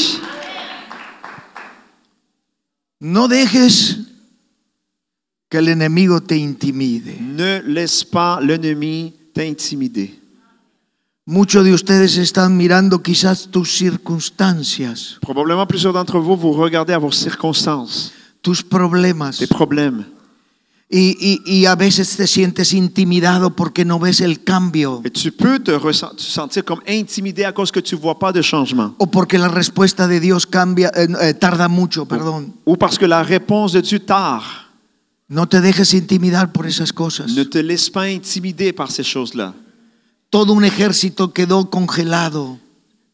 B: No dejes que el enemigo te intimide.
A: Ne laisse pas l'ennemi t'intimider.
B: Muchos de ustedes están mirando quizás tus circunstancias,
A: Probablement plusieurs d'entre vous, vous regardez à vos circonstances,
B: tus problemas.
A: des problèmes.
B: Y, y- y a veces te sientes intimidado porque no ves el cambio
A: Et tu peux te, ressent- te sentir comme intimidé à cause que tu ne vois pas de changement.
B: o porque la respuesta de Dios cambia, eh, eh, tarda mucho, perdón.
A: Ou parce que la réponse de Dieu tarde.
B: No te dejes intimidar por esas cosas.
A: Ne te laisse pas intimider par ces choses-là.
B: Todo un ejército quedó congelado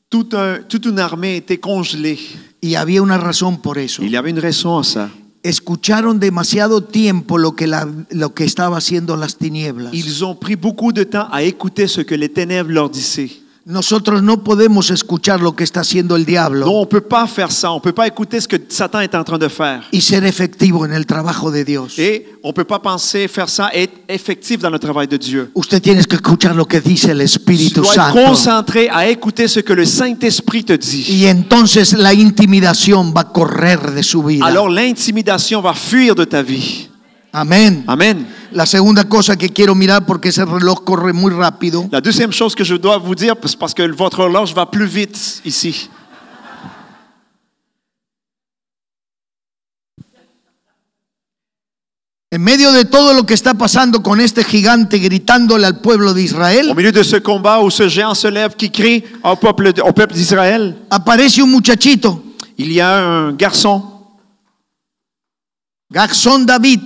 A: Tout un- toute une armée était congelée.
B: y había una razón por eso.
A: Il y avait une raison à ça.
B: Escucharon demasiado tiempo lo que, la- lo que estaba haciendo las tinieblas.
A: Ils ont pris beaucoup de temps à écouter ce que les ténèbres leur disaient.
B: Nosotros no podemos escuchar lo que está haciendo el
A: Non,
B: diablo
A: on ne peut pas faire ça. On ne peut pas écouter ce que Satan est en train de faire.
B: y ser efectivo en el trabajo de Dios.
A: Et on ne peut pas penser faire ça et être effectif dans le travail de Dieu.
B: Usted tiene que escuchar lo que dice el
A: Tu
B: Espíritu
A: dois être
B: Santo.
A: concentré à écouter ce que le Saint-Esprit te dit.
B: Y entonces la intimidación va a correr de su vida.
A: Alors l'intimidation va fuir de ta vie.
B: Amén.
A: Amen.
B: La segunda cosa que quiero mirar, porque ese reloj corre muy rápido,
A: La deuxième chose que je dois vous dire, c'est parce que votre horloge va plus vite ici.
B: en medio de todo lo que está pasando con este gigante gritándole al pueblo de
A: Au
B: Israel,
A: milieu de ce combat où ce géant se lève qui crie au peuple, au peuple d'Israël,
B: aparece un muchachito,
A: il y a un garçon,
B: Gaxón David.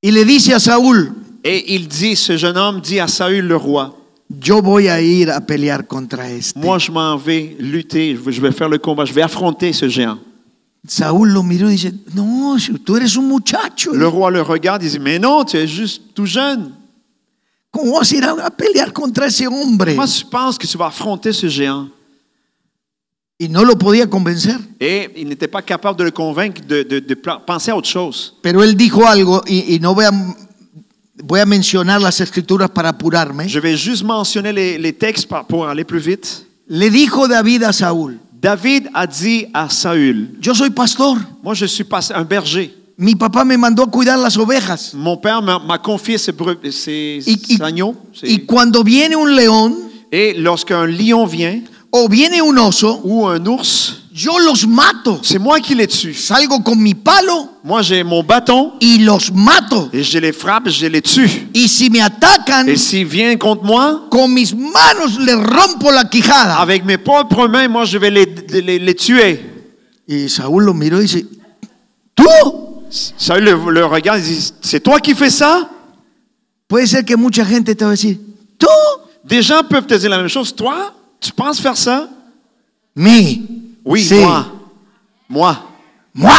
B: Y le dice a Saúl,
A: et il dit, ce jeune homme dit à Saül le roi,
B: yo voy a ir a pelear contra este.
A: Moi, je m'en vais lutter, je vais- je vais faire le combat, je vais affronter ce géant.
B: Saúl lo miró y dice, no, si tú eres un muchacho.
A: Le roi le regarde, il dit, mais non, tu es juste tout jeune.
B: ¿Cómo vas a ir a a pelear contra ese hombre?
A: Moi, tu penses que tu vas affronter ce géant.
B: y no lo podía convencer.
A: Et il n'était pas capable de le convaincre de, de- de pla- penser à autre chose.
B: Pero él dijo algo y, y no voy a, voy a mencionar las escrituras para apurarme.
A: Je vais juste mentionner les, les textes par- pour aller plus vite.
B: Le dijo David a Saúl,
A: David a dit à Saül,
B: yo soy pastor,
A: moi je suis pas- un berger.
B: mi papá me mandó a cuidar las ovejas.
A: Mon père m'a m'a confié ses, bre- ses-
B: Y, y-
A: ses agneaux. ses-
B: y cuando viene un león
A: Et lorsqu'un lion vient
B: o viene un oso,
A: ou un ours,
B: yo los mato.
A: c'est moi qui les tue.
B: Salgo con mi palo
A: Moi j'ai mon bâton
B: y los mato.
A: et je les frappe, je les tue.
B: Y si me atacan,
A: Et s'il vient contre moi,
B: con mis manos les rompo la quijada.
A: avec mes propres mains, moi je vais les, les- les tuer.
B: Y Saúl lo miró y dice, ¿tú?
A: Saül le, le regarde et dit, c'est toi qui fais ça?
B: Puede ser que mucha gente te va a decir, ¿tú?
A: Des gens peuvent te dire la même chose. Toi, tu penses faire ça?
B: Mi.
A: Oui,
B: Sí.
A: moi. Moi.
B: ¡Mua!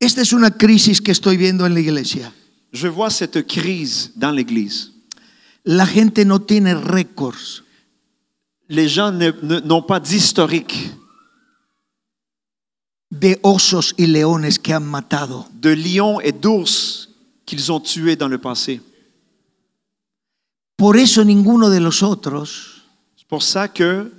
B: Esta es una crisis que estoy viendo en la iglesia.
A: Je vois cette crise dans l'Église.
B: La gente no tiene récords.
A: Les gens ne- ne- n'ont pas d'historique
B: de osos y leones que han matado.
A: de lions et d'ours qu'ils ont tués dans le passé.
B: Por eso ninguno de los otros,
A: C'est pour ça que,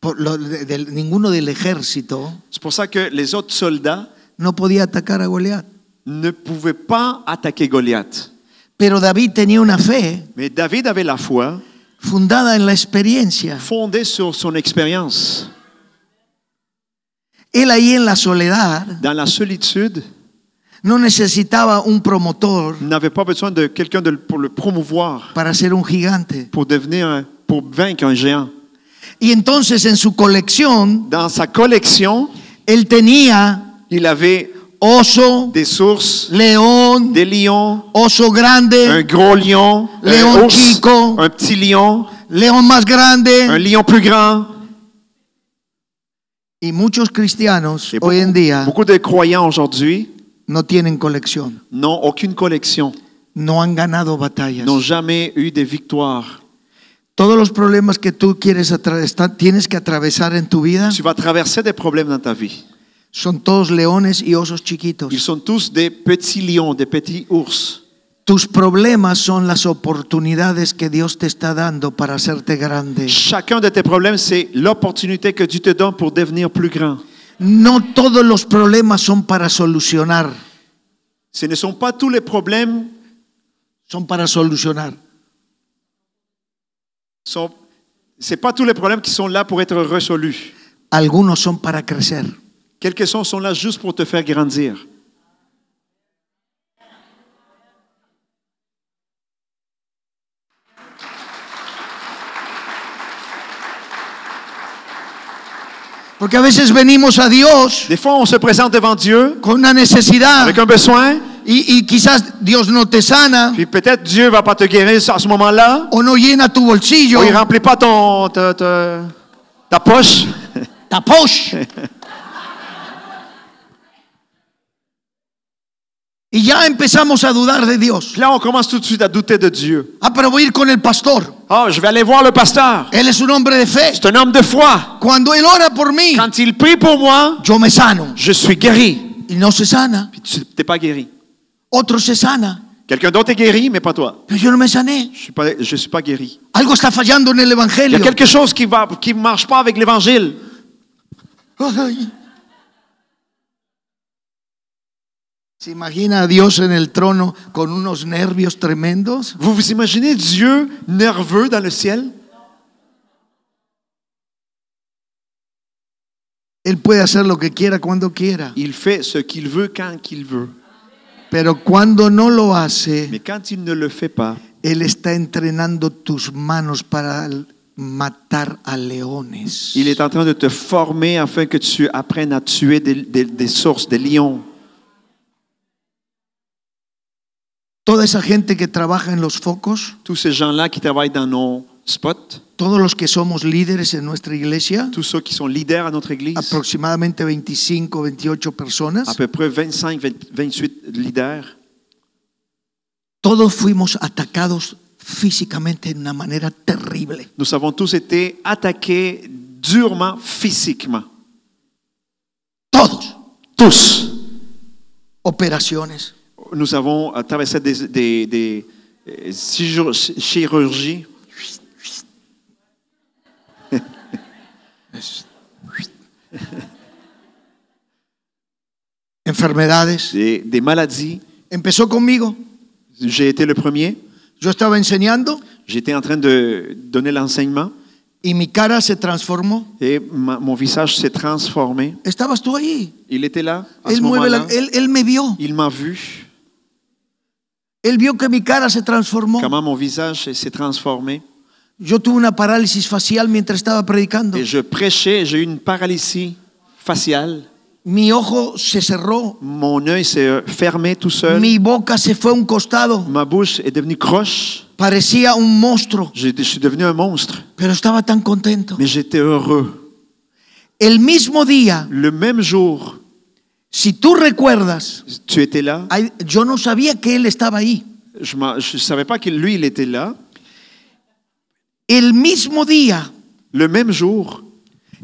B: por lo- de- de- ninguno del ejército,
A: c'est pour ça que les autres soldats
B: no podía atacar a Goliat.
A: ne pouvaient pas attaquer Goliath.
B: Pero David tenía una fe
A: Mais David avait la foi
B: fundada en la experiencia.
A: fondée sur son expérience.
B: Él ahí en la soledad
A: Dans la solitude,
B: no necesitaba un promotor
A: il n'avait pas besoin de quelqu'un de- pour le promouvoir,
B: para ser un gigante.
A: pour devenir, un- pour vaincre un géant.
B: Y entonces en su colección,
A: Dans sa collection,
B: él tenía
A: il avait
B: oso,
A: des sources,
B: león,
A: des lions,
B: oso
A: un
B: grande,
A: gros lion,
B: Léon
A: un, ours,
B: Chico.
A: un petit lion,
B: león
A: un
B: más grande.
A: lion plus grand.
B: Y muchos cristianos
A: Et
B: hoy en día
A: Beaucoup de croyants aujourd'hui
B: no tienen colección,
A: n'ont aucune collection,
B: no han ganado batallas.
A: n'ont jamais eu des victoires.
B: Todos los problemas que tú quieres atravesar, tienes que atravesar en tu vida
A: Tu vas traverser des problèmes dans ta vie.
B: son todos leones y osos
A: Ils
B: chiquitos.
A: sont tous des petits lions, des petits ours.
B: Tus problemas son las oportunidades que Dios te está dando para hacerte grande.
A: Chacun de tes problèmes, c'est l'opportunité que Dieu te donne pour devenir plus grand.
B: No todos los problemas son para solucionar,
A: Ce ne sont pas tous les problèmes
B: son para solucionar.
A: sont c'est pas tous les problèmes qui sont là pour être résolus.
B: Algunos son para crecer.
A: Quelques-uns sont là juste pour te faire grandir.
B: Porque a veces venimos a Dios
A: Des fois, on se présente devant Dieu
B: con una necesidad
A: avec un besoin,
B: y, y quizás Dios no te sana
A: puis peut-être Dieu va pas te guérir à ce moment-là,
B: o no llena tu bolsillo.
A: ou il remplit pas ton ta, ta- ta poche.
B: Taposh. y ya empezamos a dudar de Dios.
A: Puis là, on commence tout de suite à douter de Dieu.
B: Ah, pero voy a ir con el pastor.
A: Oh, je vais aller voir le pasteur.
B: Él es un hombre de fe.
A: C'est un homme de foi.
B: Cuando él ora por mí,
A: Quand il prie pour moi,
B: yo me sano.
A: je suis guéri.
B: Y no se sana.
A: Puis tu n'es pas guéri.
B: Otro se sana.
A: Quelqu'un d'autre est guéri, mais pas toi.
B: Pero yo no me sané.
A: Je suis pas, je suis pas guéri.
B: Algo está fallando en el
A: Il y a
B: Evangelio.
A: quelque chose qui va, qui marche pas avec l'évangile.
B: Ay. ¿Se imagina a Dios en el trono con unos nervios tremendos?
A: Vous vous imaginez Dieu nerveux dans le ciel?
B: Él puede hacer lo que quiera cuando quiera.
A: Il fait ce qu'il veut quand qu'il veut.
B: Pero cuando no lo hace,
A: Mais quand il ne le fait pas,
B: Él está entrenando tus manos para l- matar a leones.
A: il est en train de te former afin que tu apprennes à tuer des, des- des sources, des lions.
B: Toda esa gente que trabaja en los focos,
A: Tous ces gens-là qui travaillent dans nos spots,
B: todos los que somos líderes en nuestra iglesia,
A: tous ceux qui sont leaders à notre église,
B: aproximadamente 25, 28
A: à
B: personas,
A: peu près 25, 20 28 leaders,
B: todos fuimos atacados físicamente de una manera terrible.
A: Nous avons tous été attaqués durement physiquement.
B: Todos.
A: Tous.
B: Operaciones,
A: Nous avons euh, traversé des, des- des, euh, chirur- chirurgies.
B: enfermedades.
A: des, des maladies.
B: Empezó conmigo.
A: J'ai été le premier.
B: Yo estaba enseñando
A: J'étais en train de donner l'enseignement
B: y mi cara se transformó.
A: et ma- mon visage s'est transformé.
B: Estabas tú ahí.
A: Il était là. À ce
B: Él, mueve la-
A: moment-là,
B: él, él me vio.
A: il m'a vu.
B: Él vio que mi cara se transformó.
A: Comment mon visage s'est- s'est transformé.
B: Yo tuve una parálisis facial mientras estaba predicando.
A: Et je prêchais. J'ai eu une paralysie faciale.
B: Mi ojo se cerró.
A: Mon œil s'est euh, fermé tout seul.
B: Mi boca se fue a un costado.
A: Ma bouche est devenue croche.
B: Parecía un monstruo,
A: J'ai- Je suis devenu un monstre.
B: pero estaba tan contento.
A: Mais j'étais heureux.
B: El mismo día,
A: Le même jour,
B: si tú recuerdas,
A: tu étais là.
B: hay- yo no sabía que él estaba ahí.
A: Je ne savais pas que lui, il était là.
B: El mismo día,
A: Le même jour,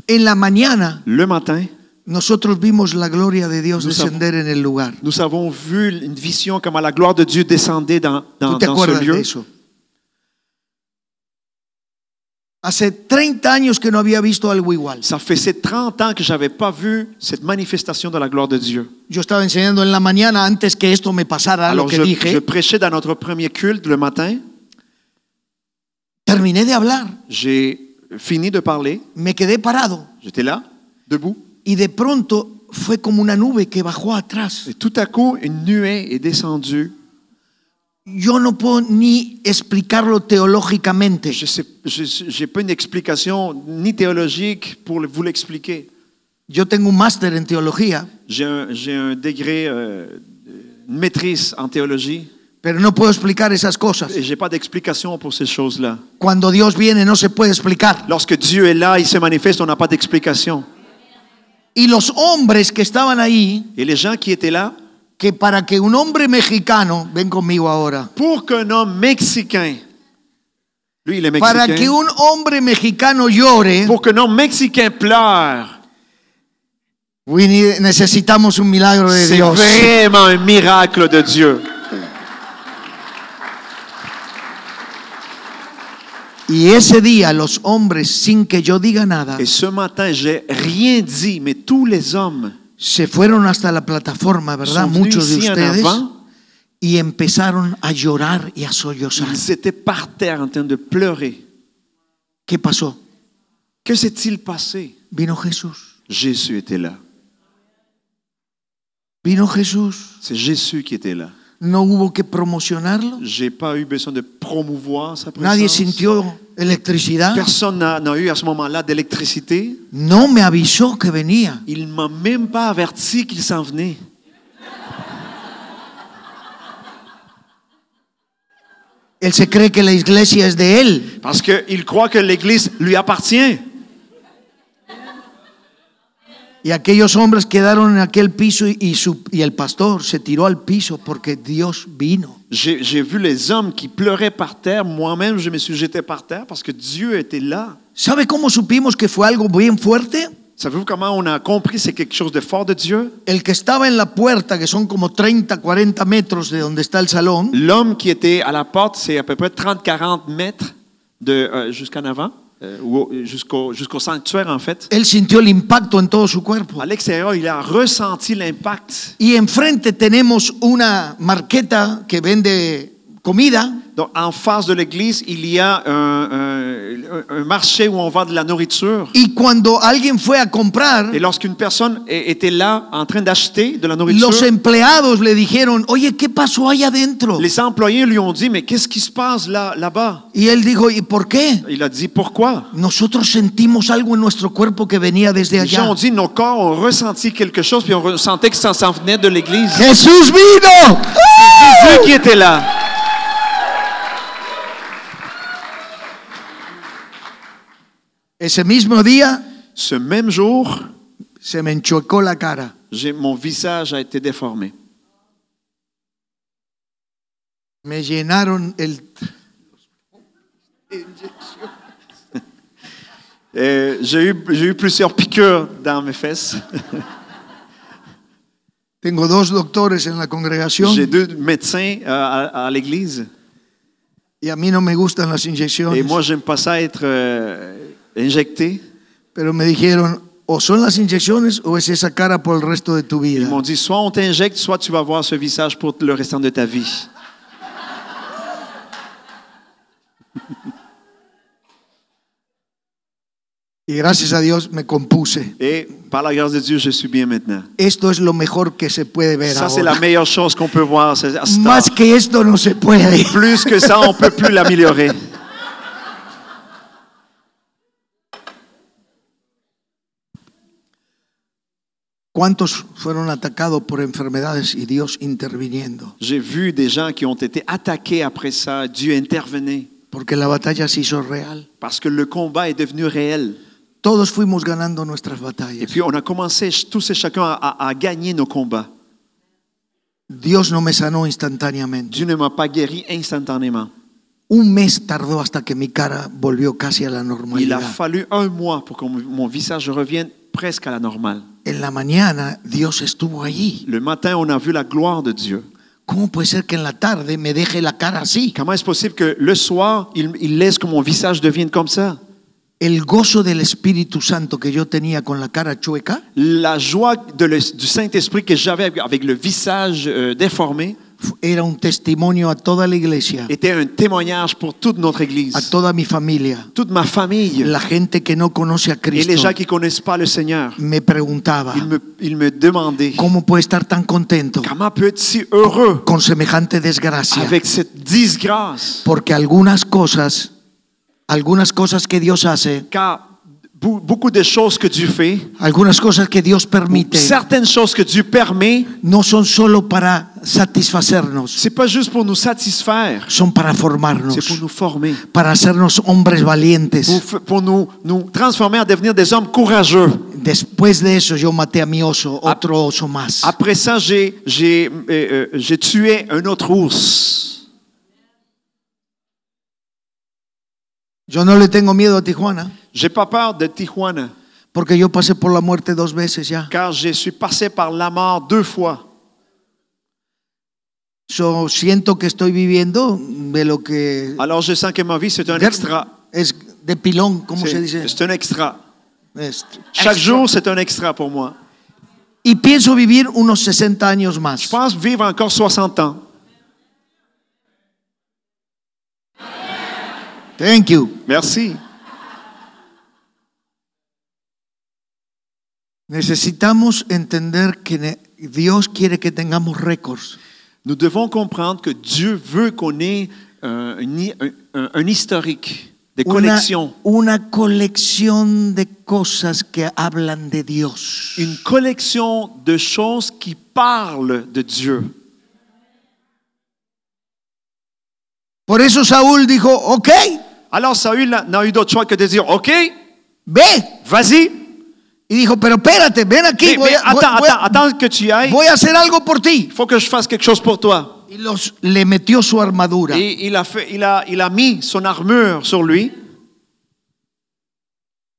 B: en la mañana,
A: le matin,
B: nosotros vimos la gloria de Dios
A: Nous
B: descender en el lugar.
A: Nous avons vu une vision comme à la gloire de Dieu descendait dans, dans,
B: ¿Tú te
A: dans ce
B: acuerdas
A: lieu.
B: de eso? Hace 30 años que no había visto algo igual.
A: Ça faisait 30 ans que je n'avais pas vu cette manifestation de la gloire de Dieu.
B: Yo estaba enseñando en la mañana antes que esto me pasara, lo
A: Alors,
B: que
A: je, je
B: dije.
A: prêchais dans notre premier culte le matin.
B: Terminé de hablar,
A: J'ai fini de parler.
B: me quedé parado
A: J'étais là, debout.
B: y de pronto fue como una nube que bajó atrás.
A: Et tout à coup, une nuée est descendue.
B: Yo no puedo ni explicarlo teológicamente.
A: Je sais, je- j'ai pas une explication ni théologique pour vous l'expliquer.
B: Yo tengo un máster en teología,
A: J'ai un, j'ai un degré, euh, une maîtrise en théologie,
B: pero no puedo explicar esas cosas.
A: et j'ai pas d'explication pour ces choses-là.
B: Cuando Dios viene no se puede explicar.
A: Lorsque Dieu est là, il se manifeste, on n'a pas d'explication.
B: Y los hombres que estaban ahí,
A: Et les gens qui étaient là,
B: que para que un hombre mexicano, ven conmigo ahora,
A: pour qu'un homme mexicain, lui il est
B: para que
A: mexicain,
B: un hombre mexicano llore,
A: pour qu'un homme mexicain pleure,
B: we need- necesitamos un milagro de
A: c'est
B: Dios.
A: vraiment un miracle de Dieu.
B: Y ese día los hombres, sin que yo diga nada,
A: Et ce matin, j'ai rien dit, mais tous les hommes
B: se fueron hasta la plataforma, ¿verdad?
A: sont venus
B: Muchos de
A: ici en
B: ustedes.
A: avant,
B: Y empezaron a llorar y a sollozar.
A: ils étaient par terre en train de pleurer.
B: ¿Qué pasó?
A: Que s'est-il passé?
B: Vino Jesús.
A: Jésus était là.
B: Vino Jesús.
A: C'est Jésus qui était là.
B: No hubo que promocionarlo.
A: J'ai pas eu besoin de promouvoir sa présence.
B: Nadie sintió electricidad.
A: Personne n'a n'a eu à ce moment-là d'électricité.
B: No me avisó que venía.
A: Il m'a même pas averti qu'il s'en venait.
B: Él se cree que la iglesia es de él.
A: Parce qu'il croit que l'Église lui appartient.
B: Y aquellos hombres quedaron en aquel piso y, y su- y el pastor se tiró al piso porque Dios vino.
A: J'ai j'ai vu les hommes qui pleuraient par terre. Moi-même, je me suis jeté par terre parce que Dieu était là.
B: ¿Sabe cómo supimos que fue algo bien fuerte?
A: Savez-vous comment on a compris c'est quelque chose de fort de Dieu?
B: El que estaba en la puerta, que son como 30, 40 metros de donde está el salón,
A: L'homme qui était à la porte, c'est à peu près 30-40 mètres de, euh, jusqu'en avant, euh, ou au- jusqu'au jusqu'au sanctuaire en fait.
B: Él sintió el impacto en todo su cuerpo.
A: À l'extérieur, il a ressenti l'impact.
B: Y enfrente tenemos una marqueta que vende comida
A: Donc, en face de l'église, il y a un, un- un marché où on vend de la nourriture.
B: y cuando alguien fue a comprar,
A: Et lorsqu'une personne é- était là en train d'acheter de la nourriture,
B: los empleados le dijeron, oye, ¿qué pasó ahí adentro?
A: les employés lui ont dit, mais qu'est-ce qui se passe là- là-bas
B: Y él dijo, ¿y por qué?
A: Il a dit, pourquoi
B: Nosotros sentimos algo en nuestro cuerpo que venía desde
A: Les gens
B: allá.
A: ont dit, nos corps ont ressenti quelque chose, puis on ressentait que ça s'en venait de l'église.
B: Jesús vino.
A: Dieu qui était là.
B: Ese mismo día
A: Ce même jour,
B: se me enchuecó la cara.
A: j'ai- mon visage a été déformé.
B: Me llenaron el...
A: Euh, j'ai, eu, j'ai eu plusieurs piqûres dans mes fesses.
B: Tengo dos doctores en la
A: J'ai
B: congregación
A: deux médecins euh, à, à l'église.
B: y a mí no me gustan las
A: Et
B: inyecciones,
A: moi, j'aime pas ça être euh, injecté.
B: pero me dijeron, o son las inyecciones o es esa cara por el resto de tu
A: Ils
B: vida.
A: m'ont dit, soit on t'injecte, soit tu vas voir ce visage pour le restant de ta vie.
B: Y gracias a Dios me compuse.
A: Et par la grâce de Dieu, je suis bien maintenant.
B: Esto es lo mejor que se puede ver
A: Ça, c'est
B: ahora.
A: la meilleure chose qu'on peut voir. c'est- à ce temps.
B: Más que esto no se puede.
A: Plus que ça, on peut plus l'améliorer.
B: ¿Cuántos fueron atacados por enfermedades y Dios interviniendo?
A: J'ai vu des gens qui ont été attaqués après ça. Dieu intervenait
B: Porque la batalla se hizo real.
A: parce que le combat est devenu réel.
B: Todos fuimos ganando nuestras
A: Et
B: batallas.
A: puis, on a commencé tous et chacun à, à- à gagner nos combats.
B: Dios no me sanó instantáneamente.
A: Dieu ne m'a pas guéri instantanément.
B: Un mes tardó hasta que mi cara volvió casi a
A: Il
B: la
A: a
B: normalidad.
A: fallu un mois pour que mon- mon visage revienne presque à la normale.
B: En la mañana Dios estuvo allí.
A: Le matin, on a vu la gloire de Dieu.
B: ¿Cómo puede ser que en la tarde me deje la cara así?
A: Comment est-ce possible que le soir, il, il laisse que mon visage devienne comme ça?
B: El gozo del Espíritu Santo que yo tenía con la cara chueca
A: La joie de le- du Saint-Esprit que j'avais avec- avec le visage euh, déformé
B: fu- era un testimonio a toda la iglesia,
A: était un témoignage pour toute notre
B: a
A: Église,
B: toda mi familia.
A: toute ma famille
B: La gente que no conoce a
A: et les
B: Cristo
A: gens qui ne connaissent pas le Seigneur.
B: me preguntaba,
A: Ils me, ils me demandaient
B: ¿cómo puede estar tan contento
A: comment peut-être si heureux
B: con semejante desgracia?
A: avec cette disgrâce?
B: Porque algunas cosas, algunas cosas que Dios hace,
A: Car bou- beaucoup de choses que Dieu fait,
B: algunas cosas que Dios permite,
A: certaines choses que Dieu permet,
B: no son solo para satisfacernos,
A: c'est pas juste pour nous satisfaire,
B: son para
A: c'est pour
B: formarnos,
A: nous former.
B: para hacernos hombres
A: pour,
B: valientes.
A: f- pour nous, nous transformer en devenir des hommes courageux.
B: Después de eso yo maté a mi oso,
A: Ah.
B: otro oso más.
A: Après ça, j'ai, j'ai, euh, euh, j'ai tué un autre ours.
B: Yo no le tengo miedo a Tijuana,
A: J'ai pas peur de Tijuana,
B: porque yo pasé por la muerte dos veces ya.
A: car je suis passé par la mort deux fois.
B: Yo siento que estoy viviendo de lo que
A: Alors je sens que ma vie, c'est un
B: De-
A: extra.
B: Es de pilón, ¿cómo se
A: C'est,
B: dice?
A: c'est un extra.
B: Este.
A: Chaque jour, c'est un extra pour moi.
B: Y pienso vivir unos 60 años
A: Je
B: más.
A: pense vivre encore 60 ans.
B: Thank you.
A: Merci.
B: Necesitamos entender que ne- Dios quiere que tengamos récords.
A: Nous devons comprendre que Dieu veut qu'on ait euh, un, hi- un- un- un historique, des
B: Una,
A: collections.
B: una colección de cosas que hablan de Dios.
A: une collection de choses qui parlent de Dieu.
B: Por eso Saúl dijo, ok,
A: Alors Saül n'a- n'a eu d'autre choix que de dire OK,
B: ve.
A: vas-y.
B: Y dijo, pero espérate, ven aquí,
A: Mais,
B: voy
A: mais
B: a, voy-
A: attends,
B: voy-
A: attends, attends que tu y ailles.
B: voy a hacer algo por ti.
A: Il faut que je fasse quelque chose pour toi.
B: Y los, le metió su armadura.
A: Et il a, fait, il a, il a mis son armure sur lui.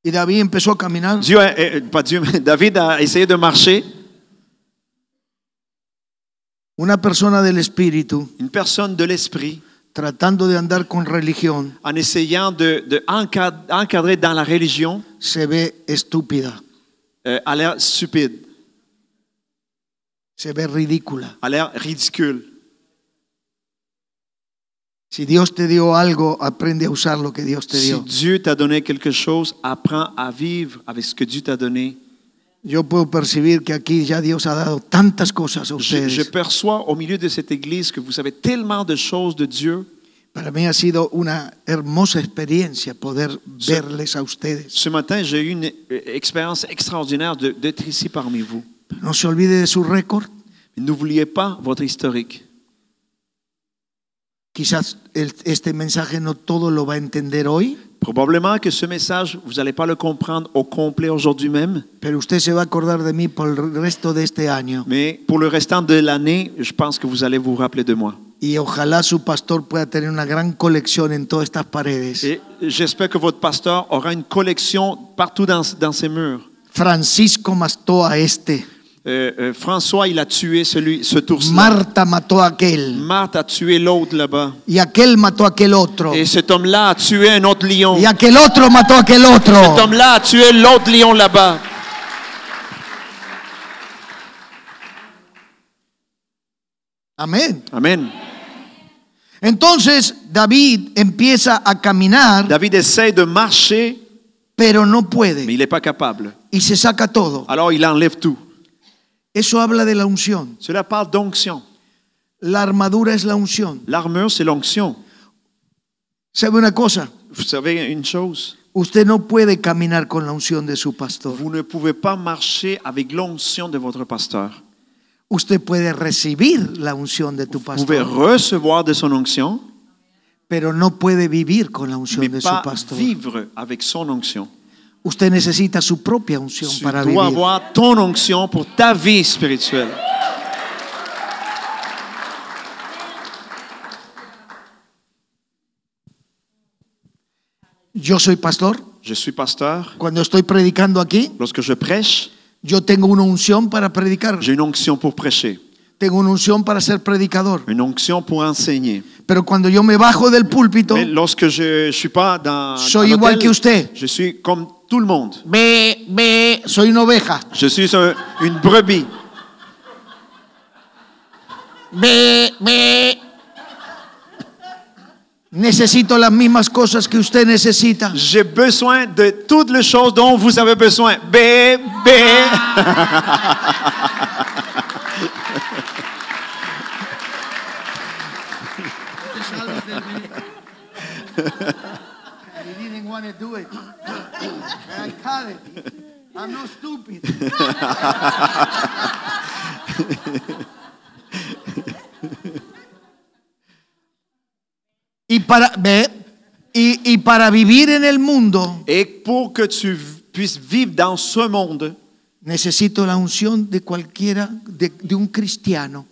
B: Y David empezó a caminar.
A: Dieu, a- euh, pas Dieu, mais David a essayé de marcher.
B: Una persona del espíritu
A: Une personne de l'esprit,
B: tratando de andar con religión
A: en essayant de, de encad- encadrer dans la religion,
B: se ve estúpida,
A: euh, a l'air stupide,
B: se ve ridícula.
A: a l'air ridicule.
B: Si Dios te dio algo, aprende a usar lo que Dios te
A: Si
B: dio.
A: Dieu t'a donné quelque chose, apprends à vivre avec ce que Dieu t'a donné.
B: Yo puedo percibir que aquí ya Dios ha dado tantas cosas a
A: Je, je
B: ustedes.
A: perçois au milieu de cette église que vous savez tellement de choses de Dieu.
B: Para mí ha sido una hermosa experiencia poder
A: Sí.
B: verles a ustedes.
A: Ce matin, j'ai eu une euh, expérience extraordinaire de- d'être ici parmi vous.
B: No se olvide de su récord.
A: N'oubliez pas votre historique.
B: Quizás el- este mensaje no todo lo va a entender hoy,
A: Probablement que ce message, vous n'allez pas le comprendre au complet aujourd'hui même,
B: pero usted se va a acordar de mí por el resto de este año.
A: mais pour le restant de l'année, je pense que vous allez vous rappeler de moi.
B: Y ojalá su pastor pueda tener una gran colección en todas estas paredes.
A: Et j'espère que votre pasteur aura une collection partout dans, dans ses murs.
B: Francisco mató a este.
A: Euh, euh, François, il a tué celui, ce tour-là.
B: Marta mató a aquel.
A: Marthe a tué l'autre là-bas.
B: Y aquel mató a aquel otro.
A: Et cet homme-là a tué un autre lion.
B: Y aquel otro mató a aquel
A: Cet
B: otro.
A: homme-là a tué l'autre lion là-bas.
B: Amén.
A: Amen.
B: Entonces David empieza a caminar,
A: David essaie de marcher,
B: pero no
A: mais
B: puede.
A: il n'est pas capable.
B: Y se saca todo.
A: Alors il enlève tout.
B: Eso habla de la unción.
A: Cela parle d'onction.
B: La armadura es la unción.
A: L'armure, c'est l'onction.
B: ¿Sabe una cosa?
A: Vous savez une chose,
B: Usted no puede caminar con la unción de su pastor.
A: vous ne pouvez pas marcher avec l'onction de votre pasteur.
B: Usted puede recibir la unción de tu
A: Vous pouvez
B: pastor,
A: recevoir de son onction,
B: pero no puede vivir con la
A: mais
B: unción de su
A: pas
B: pastor.
A: vivre avec son onction.
B: Usted necesita su propia unción
A: Tu
B: para
A: dois
B: vivir.
A: avoir ton onction pour ta vie spirituelle.
B: Yo soy pastor.
A: Je suis pasteur.
B: Cuando estoy predicando aquí,
A: Lorsque je prêche,
B: yo tengo una unción para predicar.
A: j'ai une onction pour prêcher,
B: Tengo una unción para ser predicador.
A: une onction pour enseigner.
B: Pero cuando yo me bajo del púlpito,
A: Mais lorsque je ne suis pas dans.
B: Soy
A: à
B: igual
A: l'hôtel,
B: que usted.
A: Je suis comme tout le monde.
B: ve, ve, soy una oveja.
A: Je suis un- une brebis.
B: Ve, ve. Necesito las mismas cosas que usted necesita.
A: J'ai besoin de toutes les choses dont vous avez besoin. Bébé.
B: Y para, ve, y, y para vivir en el mundo,
A: Et pour que tu v- puisses vivre dans ce monde,
B: necesito la unción de cualquiera, de, de un cristiano.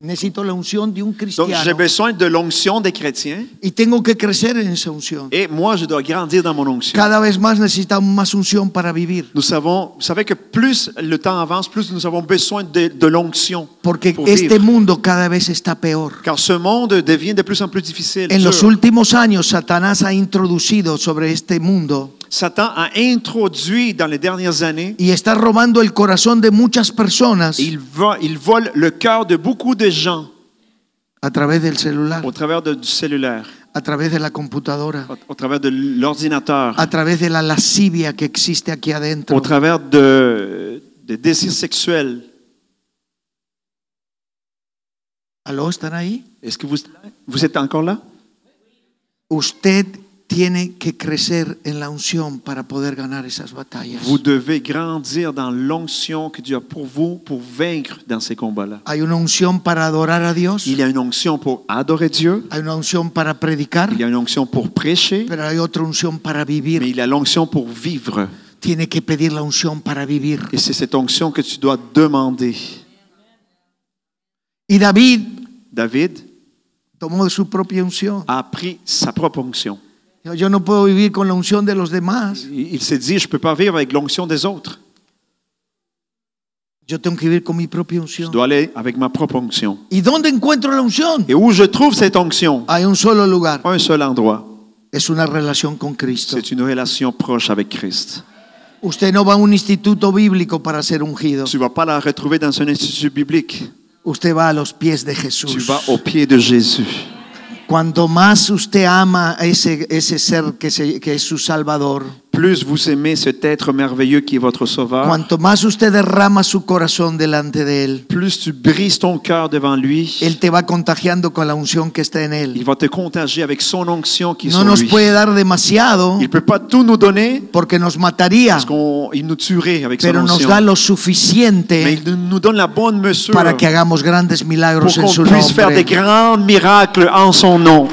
B: Necesito la unción de un
A: donc j'ai
B: cristiano.
A: besoin de l'onction des chrétiens
B: Y tengo que crecer en esa unción.
A: et moi je dois grandir dans mon onction.
B: Cada vez más necesitamos más unción para vivir.
A: Nous savons, vous savez que plus le temps avance, plus nous avons besoin de, de l'onction.
B: Porque
A: pour vivre.
B: este mundo cada vez está peor.
A: Car ce monde devient de plus en plus difficile.
B: En los
A: dur.
B: últimos años, Satanás ha introducido sobre este mundo
A: Satan a introduit dans les dernières années,
B: y está robando el corazón de muchas personas
A: il, va, il vole le cœur de beaucoup de gens
B: a través del celular,
A: au travers de- du cellulaire,
B: a través de la computadora,
A: au, au travers de l'ordinateur,
B: a través de la lascivia que existe aquí adentro.
A: au travers de, des désirs sexuels.
B: ¿Aló? ¿Están ahí?
A: Est-ce que vous, vous êtes encore là?
B: Usted tiene que crecer en la unción para poder ganar esas batallas.
A: Vous devez grandir dans l'onction que Dieu a pour vous pour vaincre dans ces combats-là.
B: Hay una unción para adorar a Dios,
A: Il y a une onction pour adorer Dieu,
B: hay una unción para predicar,
A: il y a une onction pour prêcher,
B: pero hay otra unción para
A: mais
B: vivir.
A: il y a l'onction pour vivre.
B: Tiene que pedir la unción para vivir.
A: Et c'est cette onction que tu dois demander.
B: Y David
A: David
B: tomó su propia unción.
A: a pris sa propre onction.
B: Yo- Yo no puedo vivir con la unción de los demás.
A: Il il s'est dit, je ne peux pas vivre avec l'onction des autres.
B: Yo tengo que vivir con mi propia
A: Je
B: unción.
A: dois aller avec ma propre onction.
B: ¿Y dónde encuentro la unción?
A: Et où je trouve cette onction?
B: Hay un solo lugar.
A: Un seul endroit.
B: Es una relación con Cristo.
A: C'est une relation proche avec Christ.
B: Usted no va a un instituto bíblico para ser ungido.
A: Tu ne vas pas la retrouver dans un institut biblique.
B: Usted va a los pies de
A: Tu
B: Jesús.
A: vas au pied de Jésus.
B: Cuanto más usted ama a ese, ese ser que, se- que es su Salvador,
A: Plus vous aimez cet être merveilleux qui est votre sauveur,
B: cuanto más usted derrama su corazón delante de Él,
A: plus tu brises ton cœur devant lui.
B: Él te va contagiando con la unción que está en
A: Il
B: Él.
A: va te contagier avec son onction qui est
B: No
A: sur
B: nos
A: lui.
B: puede dar demasiado
A: Il ne peut pas tout nous donner
B: porque nos mataría.
A: parce qu'il nous tuerait avec son
B: Ah. pero nos
A: onction.
B: da lo
A: Mais
B: suficiente
A: il nous donne la bonne mesure
B: para que hagamos grandes
A: pour
B: milagros en
A: qu'on
B: su
A: puisse faire des
B: nombre.
A: grands miracles en son nom.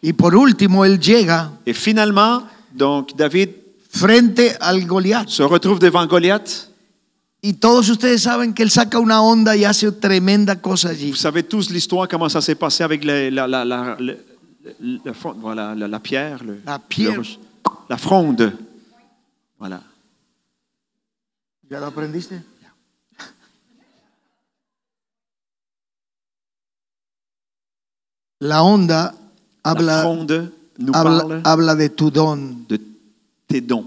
B: Y por último, él llega
A: Et finalement, donc David
B: frente al Goliat
A: se retrouve devant Goliath
B: Y todos ustedes saben que él saca una onda y hace tremenda cosa allí.
A: Vous savez tous l'histoire, comment ça s'est passé avec la, la, la, la, le- le- le fond- voilà, la- la pierre. le-
B: La pierre.
A: le roche- la fronde. Voilà.
B: ¿Ya lo aprendiste? La onda
A: la
B: habla,
A: fronde nous
B: habla,
A: parle
B: habla de tu don.
A: de tes dons.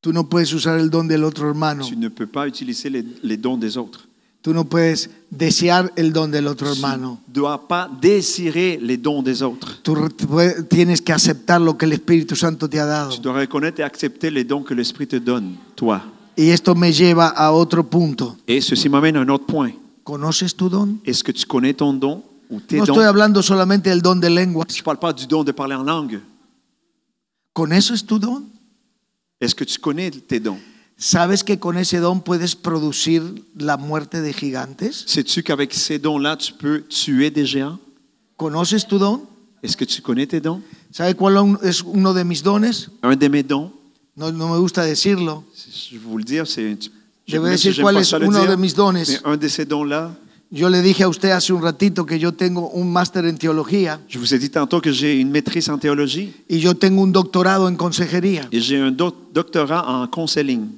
B: Tú no puedes usar el don del otro hermano.
A: Tu ne peux pas utiliser les, les dons des autres.
B: Tú no puedes desear el don del otro hermano.
A: Tu ne dois pas désirer les dons des autres.
B: Tú re- pue- tienes que aceptar lo que el Espíritu Santo te ha dado.
A: Tu dois reconnaître et accepter les dons que l'Esprit te donne, toi.
B: Y esto me lleva a otro punto.
A: Et ceci m'amène à un autre point.
B: ¿Conoces tu don?
A: Est-ce que tu connais ton don ou tes
B: No
A: dons
B: estoy hablando solamente del don de lenguas.
A: Je ne parle pas du don de parler en langue.
B: ¿Con eso es tu don?
A: Est-ce que tu connais tes dons
B: ¿Sabes que con ese don puedes producir la muerte de gigantes?
A: Sais-tu qu'avec ces dons-là, tu peux tuer des géants
B: ¿Conoces tu don?
A: Est-ce que tu connais tes dons
B: ¿Sabe cuál un- es uno de mis dones?
A: Un de mes dons,
B: No, no me gusta decirlo.
A: je vais vous le dire, c'est un petit-
B: Je vais
A: même
B: dire
A: j'aime
B: cuál
A: pas
B: es
A: ça le
B: uno de mis dones.
A: Mais un de ces dons-là,
B: Yo le dije a usted hace un ratito que yo tengo un máster en teología
A: je vous ai dit tantôt que j'ai une maîtrise en théologie
B: y yo tengo un doctorado en consejería.
A: et j'ai un doc- doctorat en counseling.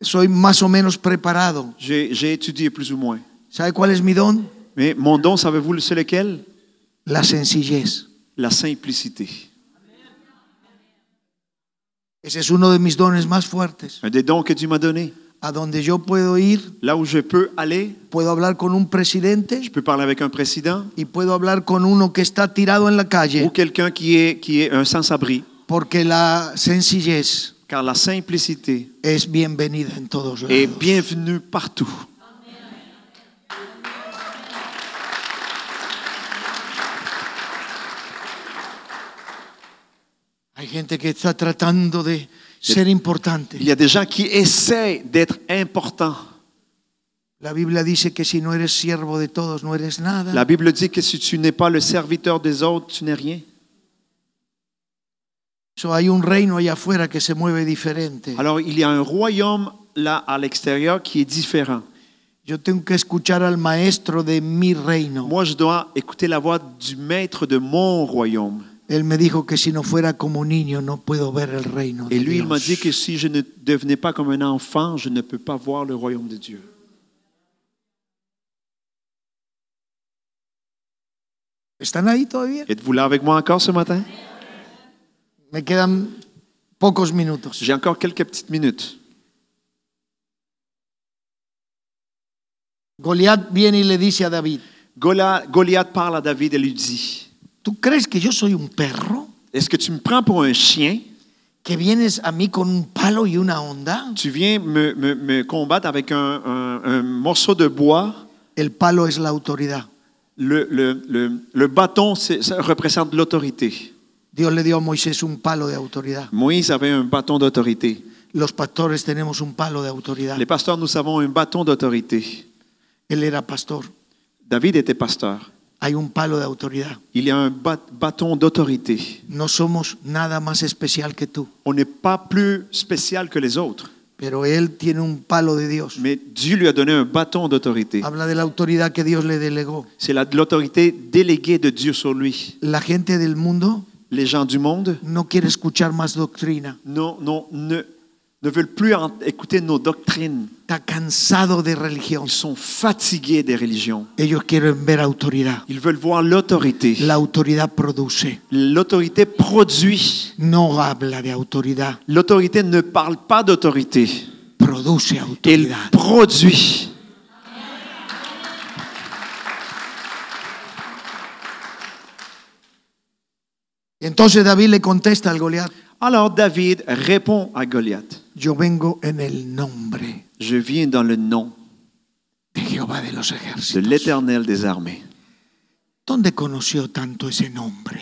B: Soy más o menos preparado.
A: J'ai j'ai étudié plus ou moins.
B: ¿Sabe cuál es mi don?
A: Mais mon don, savez-vous le- c'est lequel
B: La sencillez.
A: La simplicité.
B: Ese es uno de mis dones más fuertes.
A: Un des dons que Dieu m'a donné.
B: A donde yo puedo ir,
A: Là où je peux aller,
B: puedo hablar con un presidente
A: je peux parler avec un président
B: y puedo hablar con uno que está tirado en la
A: ou
B: calle,
A: quelqu'un qui est, qui est un sans-abri.
B: porque la sencillez
A: Car la simplicité
B: es bienvenida en todos
A: est
B: lados.
A: bienvenue partout.
B: Hay gente que está tratando
A: Eh,
B: de ser importante.
A: Il y a des gens qui essaient d'être importants.
B: La Biblia dice que si no eres siervo de todos, no eres
A: La
B: nada.
A: Bible dit que si tu n'es pas le serviteur des autres, tu n'es rien.
B: So, hay un reino allá afuera que se mueve diferente.
A: Alors, il y a un royaume là à l'extérieur qui est différent.
B: Yo tengo que escuchar al maestro de mi reino.
A: Moi, je dois écouter la voix du maître de mon royaume.
B: Él me dijo que si no fuera como niño no puedo ver el reino. de
A: Et lui, il m'a
B: Dios.
A: dit que si je ne devenais pas comme un enfant, je ne peux pas voir le royaume de Dieu.
B: ¿Están ahí todavía?
A: Êtes-vous là avec moi encore ce matin?
B: Me quedan pocos minutos.
A: J'ai encore quelques petites minutes.
B: Goliat viene y le dice a David,
A: Gola- Goliath parle à David et lui dit
B: ¿tú crees que yo soy un perro?
A: Est-ce que tu me prends pour un chien?
B: ¿Que vienes a mí con un palo y una onda?
A: Tu viens me, me- me combattre avec un, un- un morceau de bois.
B: El palo es la autoridad.
A: Le, le- le- le bâton, c'est- ça représente l'autorité.
B: Dios le dio a Moisés un palo de autoridad.
A: Moïse avait un bâton d'autorité.
B: Los pastores tenemos un palo de autoridad.
A: Les pasteurs, nous avons un bâton d'autorité.
B: Él era pastor.
A: David était pasteur.
B: Hay un palo de autoridad.
A: Il y a un ba- bâton d'autorité.
B: No somos nada más especial que tú,
A: On n'est pas plus spécial que les autres,
B: pero Él tiene un palo de Dios.
A: mais Dieu lui a donné un bâton d'autorité.
B: Habla de la autoridad que Dios le delegó.
A: C'est la- l'autorité déléguée de Dieu sur lui.
B: La gente del mundo
A: Les gens du monde
B: no quiere escuchar más doctrina.
A: non, non, ne, ne veulent plus en- écouter nos doctrines.
B: Está cansado de religión.
A: Ils sont fatigués des religions.
B: Ellos quieren ver autoridad.
A: Ils veulent voir l'autorité.
B: La autoridad produce.
A: L'autorité produit.
B: No habla de autoridad,
A: L'autorité ne parle pas d'autorité.
B: produce
A: Elle
B: autoridad.
A: produit.
B: Entonces David le contesta al Goliat,
A: Alors David répond à Goliath.
B: yo vengo en el nombre
A: Je viens dans le nom
B: de Jehová de los
A: de
B: ejércitos.
A: l'Éternel des armées.
B: ¿Dónde conoció tanto ese nombre?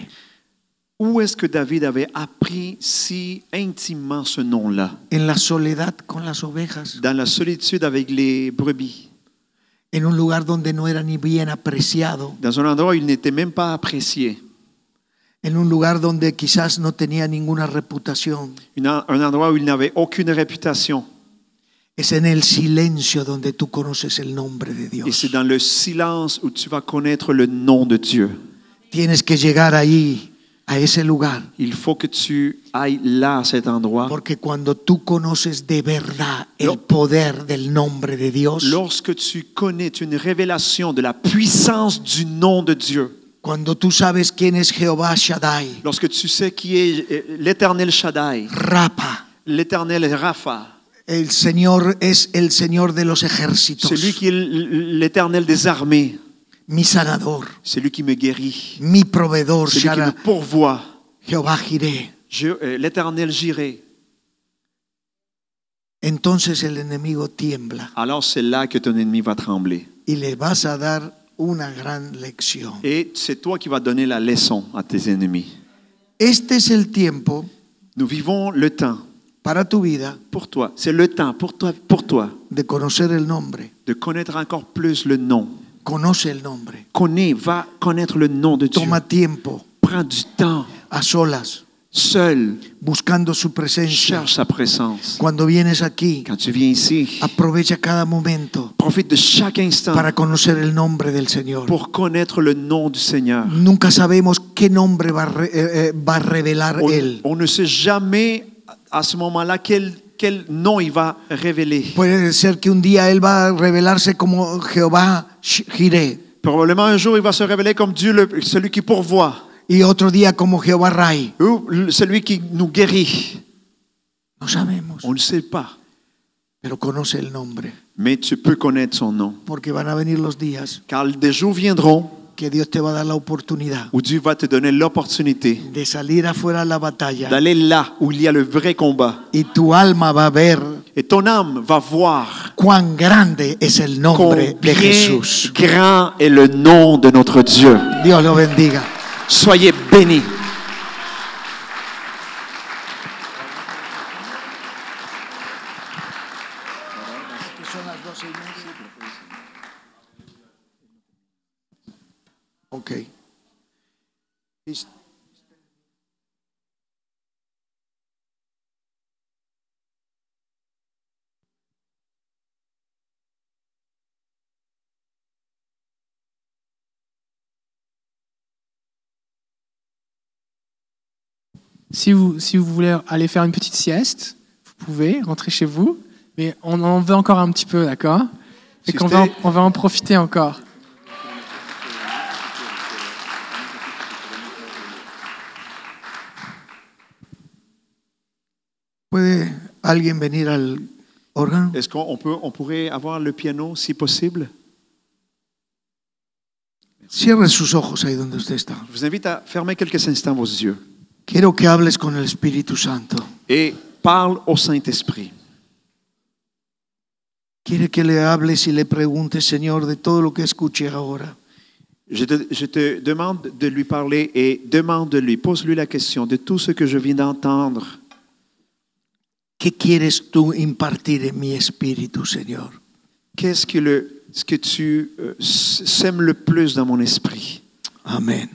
A: Où est-ce que David avait appris si intimement ce nom-là
B: En la soledad con las ovejas,
A: Dans la solitude avec les brebis,
B: en un lugar donde no era ni bien apreciado,
A: dans un endroit où il n'était même pas apprécié.
B: en un lugar donde quizás no tenía ninguna reputación.
A: Une en- un endroit où il n'avait aucune réputation.
B: Es en el silencio donde tú conoces el nombre de
A: Et c'est
B: Dios.
A: dans le silence où tu vas connaître le nom de Dieu.
B: Tienes que llegar ahí, a ese lugar,
A: Il faut que tu ailles là, à cet endroit.
B: porque cuando tú conoces de verdad el
A: Lo-
B: poder del nombre de Dios,
A: Lorsque tu connais, tu as une révélation de la puissance du nom de Dieu.
B: cuando tú sabes quién es Jehová Shaddai,
A: Lorsque tu sais qui est euh, l'éternel Shaddai,
B: Rapa,
A: l'éternel Rapha,
B: el Señor es el Señor de los ejércitos,
A: celui qui est l- l'éternel des armées,
B: mi sanador,
A: celui qui me guérit,
B: mi proveedor,
A: celui qui
B: Shara-
A: me pourvoit,
B: Jehová Jireh.
A: Je- euh, l'éternel j'irai.
B: Entonces el enemigo tiembla
A: Alors c'est là que ton ennemi va trembler.
B: y le vas a dar una gran lección.
A: Et c'est toi qui vas donner la leçon à tes ennemis.
B: Este es el tiempo
A: Nous vivons le temps
B: para tu vida
A: pour toi. C'est le temps pour toi, pour toi
B: de conocer el nombre.
A: de connaître encore plus le nom.
B: Conoce el nombre.
A: Connais, va connaître le nom de Dieu.
B: Toma tiempo
A: Prends du temps,
B: a solas,
A: seul,
B: buscando su presencia.
A: cherche sa présence.
B: Cuando vienes aquí,
A: Quand tu viens ici,
B: aprovecha cada momento
A: profite de chaque instant
B: para conocer el nombre del Señor.
A: pour connaître le nom du Seigneur.
B: Nunca sabemos qué nombre va a, re- eh, eh, va a revelar
A: On,
B: Él.
A: on ne sait jamais à ce moment-là quel, quel nom il va révéler.
B: Puede ser que un día Él va a revelarse como Jehová Sh- Jireh
A: Probablement un jour, il va se révéler comme Dieu, le- celui qui pourvoit,
B: y otro día como Jehová Rai.
A: ou le- celui qui nous guérit.
B: No sabemos,
A: On ne sait pas,
B: pero conoce el nombre.
A: mais tu peux connaître son nom.
B: Porque van a venir los días
A: Car des jours viendront
B: que Dios te va a dar la oportunidad
A: où Dieu va te donner l'opportunité
B: de salir afuera a la batalla
A: d'aller là où il y a le vrai combat.
B: y tu alma va a ver
A: Et ton âme va voir
B: cuán grande es el nombre de
A: combien
B: Jesús.
A: grand est le nom de notre Dieu.
B: Dios lo bendiga.
A: Soyez bénis.
B: Ok. Listo.
C: Si vous, si vous voulez aller faire une petite sieste, vous pouvez rentrer chez vous, mais on en veut encore un petit peu, d'accord Et qu'on va, en- on va en profiter encore.
B: ¿Puede alguien venir al órgano?
A: Est-ce qu'on on peut, on pourrait avoir le piano si possible?
B: Cierre sus ojos ahí donde usted está.
A: Je vous invite à fermer quelques instants vos yeux
B: Quiero que hables con el Espíritu Santo.
A: et parle au Saint-Esprit.
B: Quiere que le hables y le preguntes, Señor, de todo lo que escuché ahora.
A: Je te, je te demande de lui parler et demande-lui, pose-lui la question de tout ce que je viens d'entendre.
B: ¿Qué quieres tú impartir en mi espíritu, Señor?
A: Qu'est-ce que, le, ce que tu euh, s- sèmes le plus dans mon esprit?
B: Amén.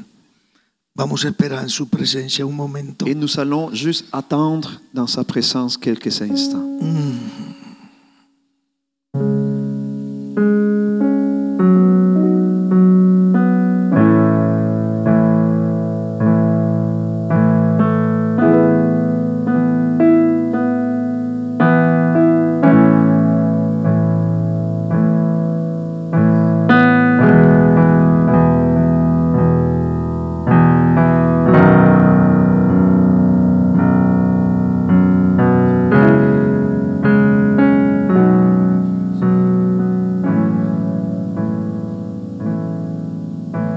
B: Vamos a esperar en su presencia un momento.
A: Et nous allons juste attendre dans sa présence quelques instants.
B: Hay unas pocas personas aquí en este lugar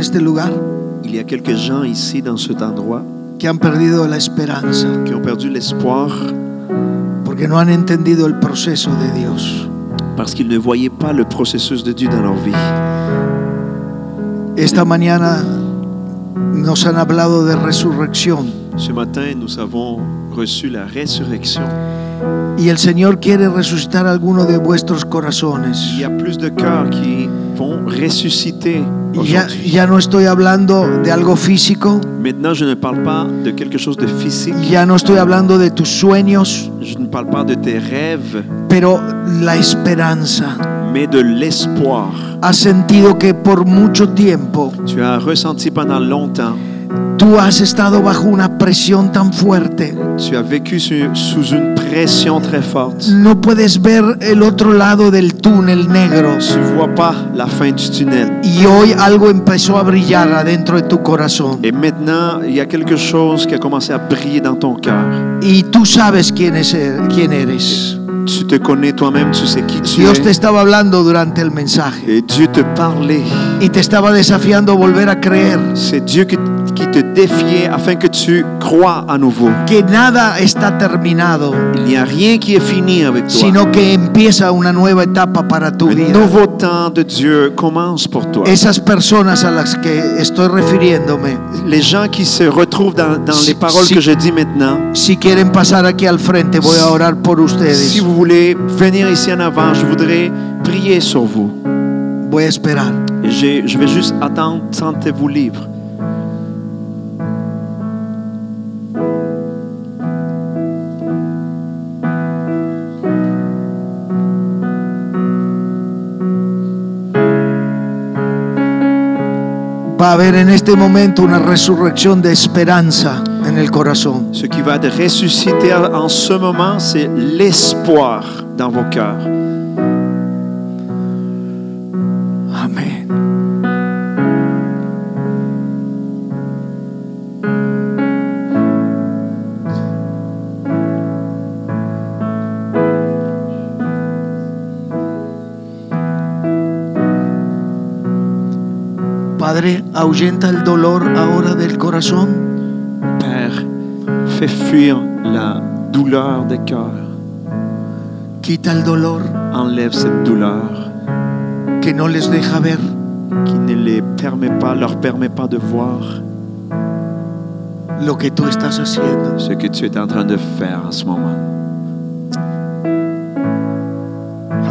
B: este
A: Il y a quelques gens ici dans cet endroit
B: que han perdido la esperanza
A: qui ont perdu l'espoir
B: porque no han entendido el proceso de Dios.
A: parce qu'ils ne voyaient pas le processus de Dieu dans leur vie.
B: Esta mañana nos han hablado de resurrección
A: Ce matin, nous avons reçu la résurrection.
B: y el Señor quiere resucitar alguno de vuestros corazones.
A: Il y a plus de cœurs qui vont ressusciter
B: Y Ya,
A: aujourd'hui.
B: ya no estoy hablando de algo físico,
A: Maintenant, je ne parle pas de quelque chose de physique.
B: ya no estoy hablando de tus sueños,
A: Je ne parle pas de tes rêves,
B: pero la esperanza.
A: mais de l'espoir.
B: Has sentido que por mucho tiempo
A: Tu as ressenti pendant longtemps.
B: tú has estado bajo una presión tan fuerte.
A: Tu as vécu su- sous une pression très forte.
B: No puedes ver el otro lado del túnel negro.
A: Tu ne vois pas la fin du tunnel.
B: Y hoy algo empezó a brillar adentro de tu corazón.
A: Et maintenant, il y a quelque chose qui a commencé à briller dans ton cœur.
B: Y tú sabes quién, es, eh, quién eres.
A: Tu te connais toi-même, tu sais qui tu
B: Dios te
A: es.
B: estaba hablando durante el mensaje.
A: Et Dieu te parlait.
B: Y te estaba desafiando a volver a creer.
A: C'est Dieu qui, qui te défiait afin que tu crois à nouveau.
B: Que nada está terminado,
A: Il n'y a rien qui est fini avec toi.
B: sino que empieza una nueva etapa para tu
A: Un
B: vida.
A: nouveau temps de Dieu commence pour toi.
B: Esas personas a las que estoy refiriéndome,
A: Les gens qui se retrouvent dans, dans
B: Si-
A: les paroles
B: si-
A: que je dis maintenant,
B: si quieren pasar aquí al frente, voy a orar por
A: si
B: ustedes.
A: vous voulez venir ici en avant, je voudrais prier sur vous.
B: Voy a esperar.
A: Et j'ai- je vais juste attendre, sentez-vous libre.
B: Va a haber en este momento una resurrección de esperanza en el corazón.
A: Ce qui va te ressusciter en ce moment, c'est l'espoir dans vos cœurs.
B: Amén. Padre, ahuyenta el dolor ahora del corazón
A: Père, fais fuir la douleur des cœurs.
B: quita el dolor
A: Enlève cette douleur
B: que no les deja ver.
A: qui ne les permet pas, leur permet pas de voir
B: lo que tú estás haciendo.
A: ce que tu es en train de faire en ce moment.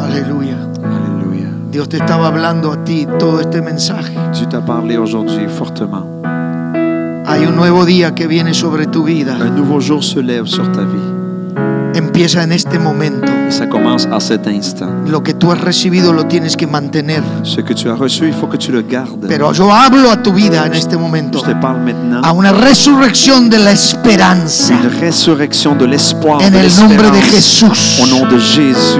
B: Aleluya.
A: Alléluia.
B: Dios te estaba hablando a ti todo este mensaje.
A: Dieu t'a parlé aujourd'hui fortement.
B: Hay un nuevo día que viene sobre tu
A: Un
B: vida.
A: nouveau jour se lève sur ta vie.
B: Empieza en este momento.
A: Et ça commence à cet instant.
B: Lo que tú has recibido lo tienes que mantener.
A: Ce que tu as reçu, il faut que tu le gardes.
B: Pero yo hablo a tu vida en este momento.
A: Je te parle maintenant
B: A una resurrección de la esperanza.
A: d'une résurrection de l'espoir.
B: En
A: de
B: el nombre de
A: l'espérance.
B: Jesús.
A: Au nom de Jésus.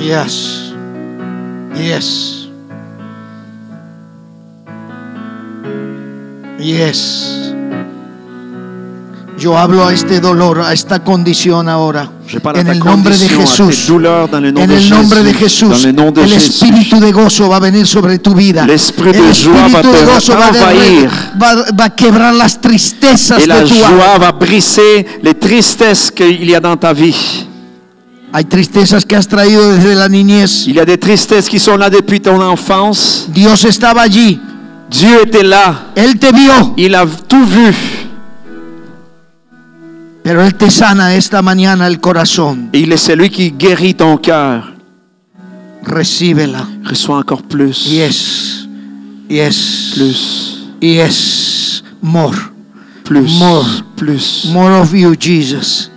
B: Yes. Yes. Yes. Yo hablo a este dolor, a esta condición ahora.
A: Je parle
B: En
A: à ta
B: el nombre de
A: condition, à tes
B: Jesús.
A: douleurs hein. dans le nom
B: este En
A: de
B: el nombre de
A: Jésus. Dans
B: Jesús,
A: le nom de
B: el
A: Jésus.
B: espíritu de gozo va a venir sobre tu vida. El
A: L'esprit de joie va
B: espíritu de
A: te
B: gozo va a,
A: envahir.
B: va- va a quebrar las tristezas
A: Et
B: de
A: la
B: tu alma.
A: joie va briser les tristesses qu'il y a dans ta vie.
B: Hay tristezas que has traído desde la niñez.
A: Il y a des tristesses qui sont là depuis ton enfance.
B: Dios estaba allí.
A: Dieu était là.
B: Él te vio,
A: Il a tout vu.
B: pero Él te sana esta mañana el corazón.
A: Et il est celui qui guérit ton cœur.
B: Recíbela.
A: Reçois encore plus.
B: Yes. Yes.
A: Plus.
B: Yes. More.
A: Plus.
B: More.
A: Plus.
B: More of you, Jesus.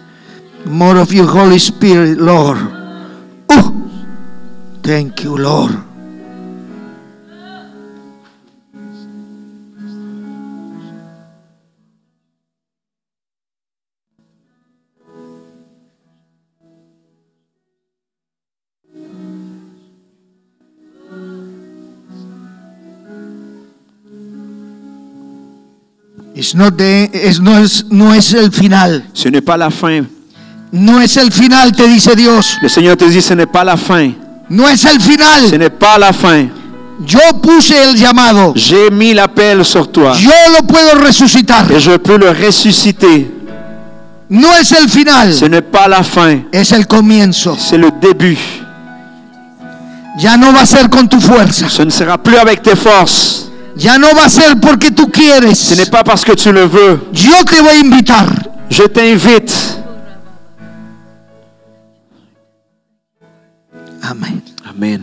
B: More of you, Holy Spirit, Lord. Oh, thank you, Lord. It's not the- es- no, es, no es el final.
A: Ce n'est pas la fin.
B: No es el final, te dice Dios.
A: Le Seigneur te dit, ce n'est pas la fin.
B: No es el
A: Ce
B: final.
A: n'est pas la fin.
B: Yo puse el llamado.
A: J'ai mis l'appel sur toi
B: Yo lo puedo resucitar.
A: et je peux le ressusciter.
B: No es
A: Ce
B: el final.
A: n'est pas la fin.
B: Es el comienzo.
A: C'est le début.
B: Ya no va a ser con tu fuerza.
A: Ce ne sera plus avec tes forces.
B: Ya no va a ser porque tú
A: Ce n'est
B: quieres.
A: pas parce que tu le veux.
B: Yo te voy a invitar.
A: Je t'invite.
B: Amén.
A: Amen.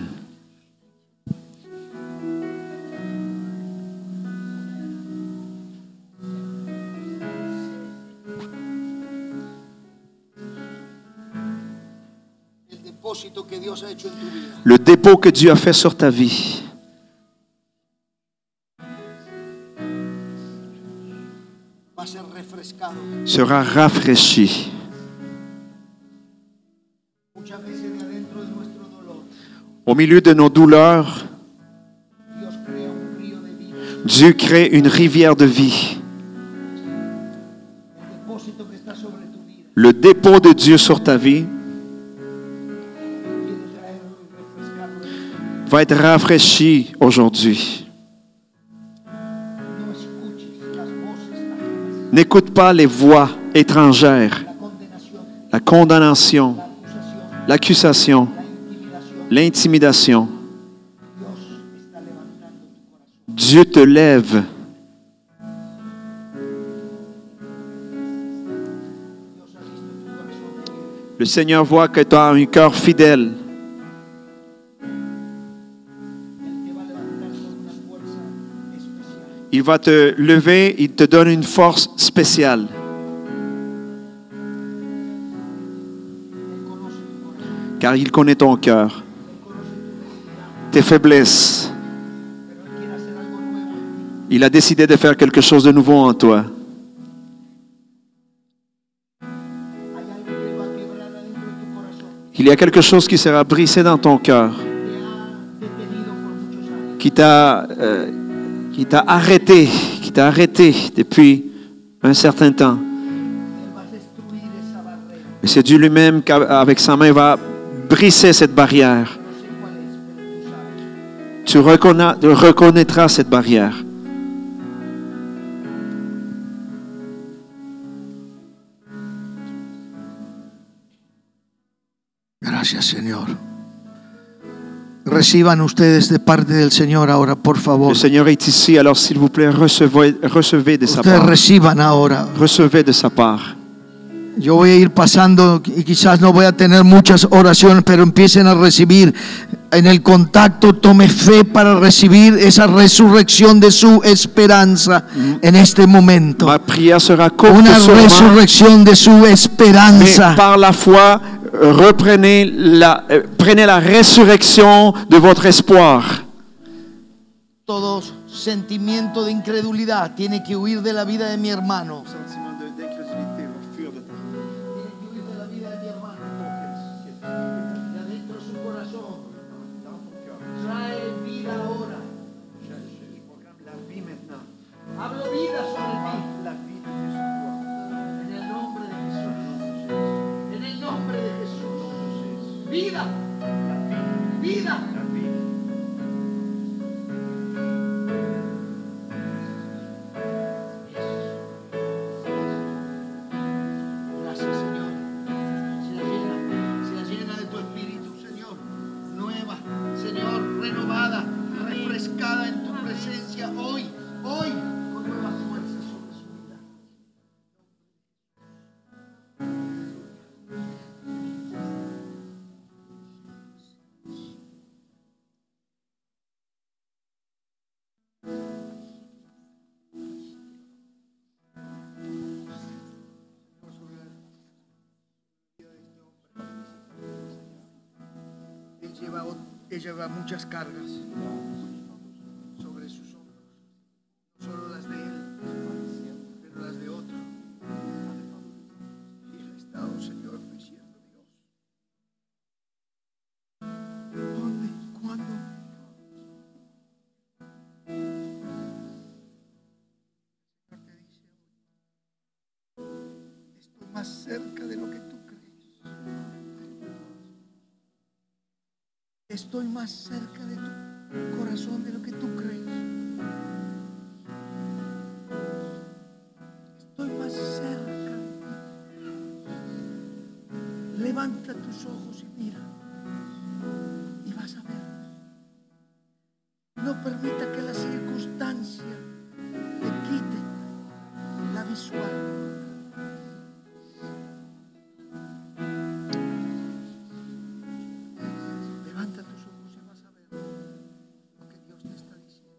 B: El depósito que Dios ha hecho en tu vida.
A: Le dépôt que Dieu a fait sur ta vie.
B: va a ser refrescado.
A: sera rafraîchi.
B: Muchas veces de adentro de nuestro dolor,
A: Au milieu de nos douleurs,
B: Dios crea un río de vida.
A: Dieu crée une rivière de vie.
B: El depósito que está sobre tu vida
A: Le dépôt de Dieu sur ta vie
B: quiere traerlo y refrescarlo.
A: va être rafraîchi aujourd'hui.
B: No escuches las voces ajenas,
A: N'écoute pas les voix étrangères,
B: la condenación,
A: la condamnation,
B: la acusación,
A: l'accusation,
B: la intimidación.
A: l'intimidation.
B: Dios está levantando tu corazón.
A: Dieu te lève.
B: Dios ha visto tu corazón rebelde.
A: Le Seigneur voit que tu as un cœur fidèle.
B: Él te va a levantar con una fuerza especial.
A: Il va te lever, il te donne une force spéciale.
B: Él conoce tu corazón,
A: car il connaît ton cœur, tes faiblesses.
B: pero Él quiere hacer algo nuevo en ti.
A: Il a décidé de faire quelque chose de nouveau en toi.
B: Hay algo que va a quebrar adentro de tu corazón.
A: Il y a quelque chose qui sera brisé dans ton cœur,
B: Te ha detenido por muchos años.
A: qui t'a euh, qui t'a arrêté, qui t'a arrêté depuis un certain temps.
B: Él va a destruir esa barrera.
A: Mais c'est Dieu lui-même qui, avec sa main, va briser cette barrière.
B: No sé cuál es, pero tú sabes.
A: Tu reconna- tu reconnaîtras cette barrière.
B: Gracias, Señor. Reciban ustedes de parte del Señor ahora, por favor.
A: Le Seigneur est ici, alors s'il vous plaît, recevez, recevez de sa
B: Ustedes
A: part.
B: reciban ahora.
A: Recevez de sa part.
B: Yo voy a ir pasando y quizás no voy a tener muchas oraciones, pero empiecen a recibir en el contacto. Tome fe para recibir esa resurrección de su esperanza en este momento.
A: Ma prière sera courte
B: Una
A: sûrement.
B: resurrección de su
A: Mais
B: esperanza.
A: par la foi, euh, reprenez la, euh, prenez la résurrection de votre espoir.
B: Todo sentimiento de incredulidad tiene que huir de la vida de mi hermano. Trae vida ahora. Hablo vida sobre ti. En el nombre de Jesús. En el nombre de Jesús. Vida. Vida. Gracias, Señor. Se la llena, se la llena de tu espíritu, Señor. Nueva, Señor, renovada, refrescada en tu presencia hoy, hoy, con nuevas fuerzas sobre su vida. Él lleva, ot- él lleva muchas cargas sobre sus hombros, no solo las de él, pero las de otros. Y él ha estado, Señor, diciendo Dios. ¿Dónde? ¿Cuándo? Señor te dice,
D: más cerca de lo que tú crees. Estoy más cerca de tu corazón de lo que tú crees. Estoy más cerca. Levanta tus ojos y mira. Y vas a ver. No permita que la circunstancia te quite la visual. Levanta tus ojos y vas a ver lo que Dios te está diciendo.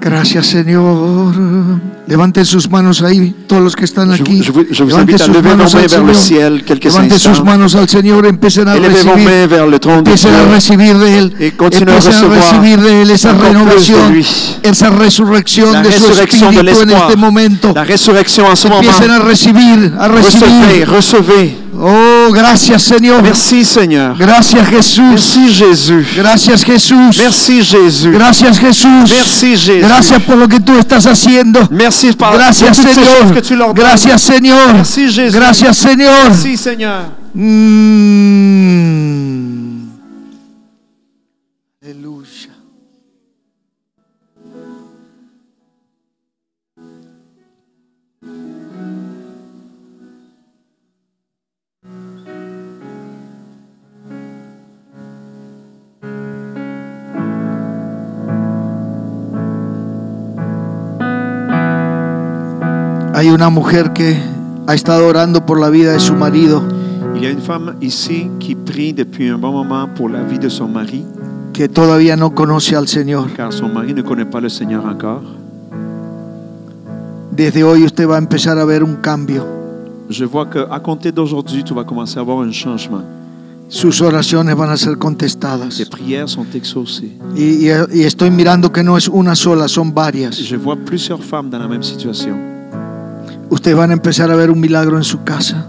B: Gracias, Señor. Levanten sus manos ahí, todos los que están
A: Je,
B: aquí.
A: vous- je vous- je vous
B: Levanten
A: invite à
B: sus
A: lever vos
B: manos
A: mains
B: al
A: vers le
B: Señor.
A: ciel quelques
B: Levanten sus
A: instants.
B: mains al Señor, empiecen a
A: Élevez vos
B: recibir.
A: mains vers le trône de Dieu.
B: Empiecen a recibir de Él.
A: Et continuez à
B: Empiecen a
A: recevoir
B: recibir de Él esa
A: encore plus de
B: renovación,
A: lui.
B: esa resurrección
A: La
B: de su
A: résurrection de
B: espíritu en
A: l'espoir.
B: este momento.
A: La résurrection en ce moment.
B: Empiecen a recibir, a
A: Recevez,
B: recibir.
A: recevez.
B: Oh, gracias, Señor.
A: Merci Seigneur.
B: Gracias, Jesús.
A: Merci Jésus.
B: Gracias, Jesús.
A: Merci Jésus.
B: Gracias, Jesús.
A: Merci Jésus.
B: Gracias por lo que tú estás haciendo.
A: Merci par
B: Gracias,
A: pour toutes ces choses que tu leur
B: Señor.
A: donnes.
B: Gracias, Señor.
A: Merci Jésus.
B: Gracias, Señor.
A: Merci Seigneur.
B: Mm. Aleluya. Hay una mujer que ha estado orando por la vida de su marido,
A: Il y a une femme ici qui prie depuis un bon moment pour la vie de son mari,
B: que todavía no conoce al Señor.
A: car son mari ne connaît pas le Seigneur encore.
B: Desde hoy usted va a empezar a ver un cambio.
A: Je vois qu'à compter d'aujourd'hui, tu vas commencer à avoir un changement.
B: Sus oraciones van a ser contestadas.
A: Tes prières sont exaucées.
B: Y, y- y estoy mirando que no es una sola, son varias.
A: Je vois plusieurs femmes dans la même situation.
B: Ustedes van a empezar a ver un milagro en su casa.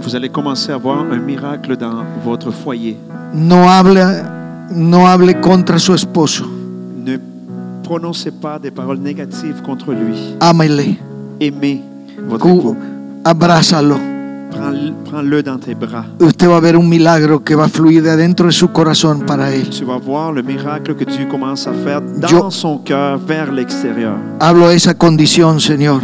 A: Vous allez commencer à voir un miracle dans votre foyer.
B: No hable, no hable contra su esposo.
A: Ne prononcez pas des paroles négatives contre lui.
B: Ámele,
A: Aimez votre
B: cu-
A: époux.
B: abrázalo.
A: Prends-le prends-le dans tes bras.
B: Usted va a ver un milagro que va a fluir de adentro de su corazón para él.
A: Tu vas voir le miracle que Dieu commence à faire dans
B: Yo-
A: son cœur vers l'extérieur.
B: Hablo de esa condición, Señor,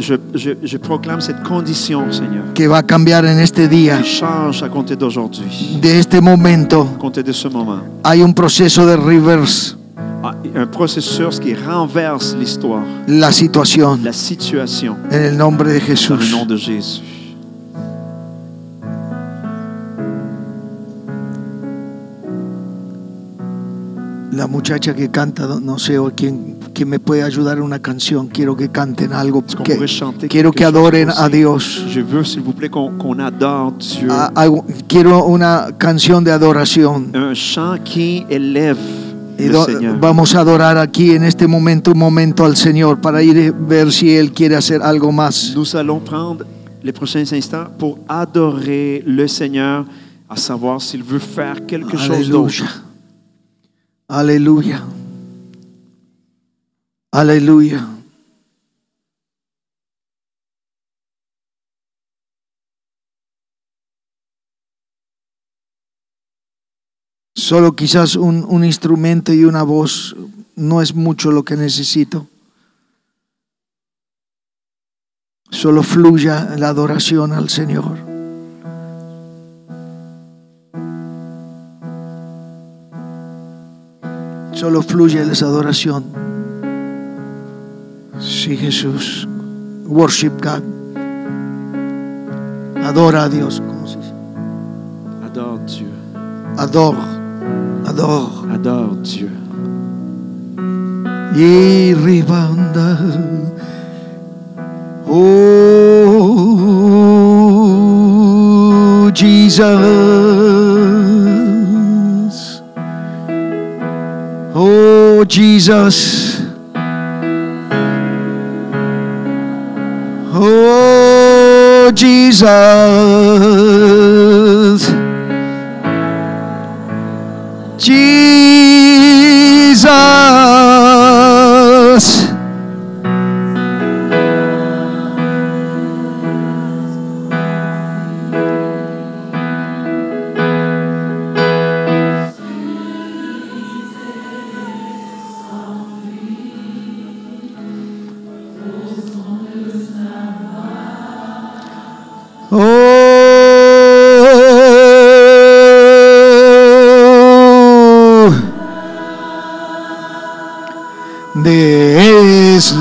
A: Je, je- je proclame cette condition, Seigneur,
B: que va a cambiar en este día.
A: qui change à compter d'aujourd'hui,
B: De este momento
A: à compter de ce moment.
B: hay un proceso de reverse
A: Ah, Un processus qui renverse l'histoire,
B: la situación.
A: la situation,
B: En el nombre de
A: dans le
B: Jesús.
A: nom de Jésus.
B: La muchacha que canta, no- no sé o quién, quién me puede ayudar en una canción. Quiero que canten algo.
A: Est-ce qu'on
B: que-
A: pourrait chanter
B: quiero
A: quelque
B: que
A: chose
B: adoren a Ah.
A: aussi?
B: Dios.
A: Je veux, s'il vous plaît, qu'on qu'on adore Dieu.
B: A- algo- quiero una canción de adoración.
A: Un chant qui élève
B: Y
A: le
B: do-
A: Seigneur.
B: vamos a adorar aquí en este momento, un momento al Señor para ir a ver si Él quiere hacer algo más.
A: Nous allons prendre les prochains instants pour adorer le Seigneur, à savoir s'il veut faire quelque chose d'autre.
B: Aleluya. Aleluya. Aleluya. Solo quizás un, un instrumento y una voz no es mucho lo que necesito. Solo fluya la adoración al Señor. Solo fluye esa adoración. Sí, Jesús. Worship God. Adora a Dios. ¿Cómo se dice?
A: Adore Dieu.
B: Adore. Adore.
A: Adore Dieu.
B: Y ribanda. Oh, Jesus. Oh, Jesus. Oh, Jesus. Jesus. Oh, de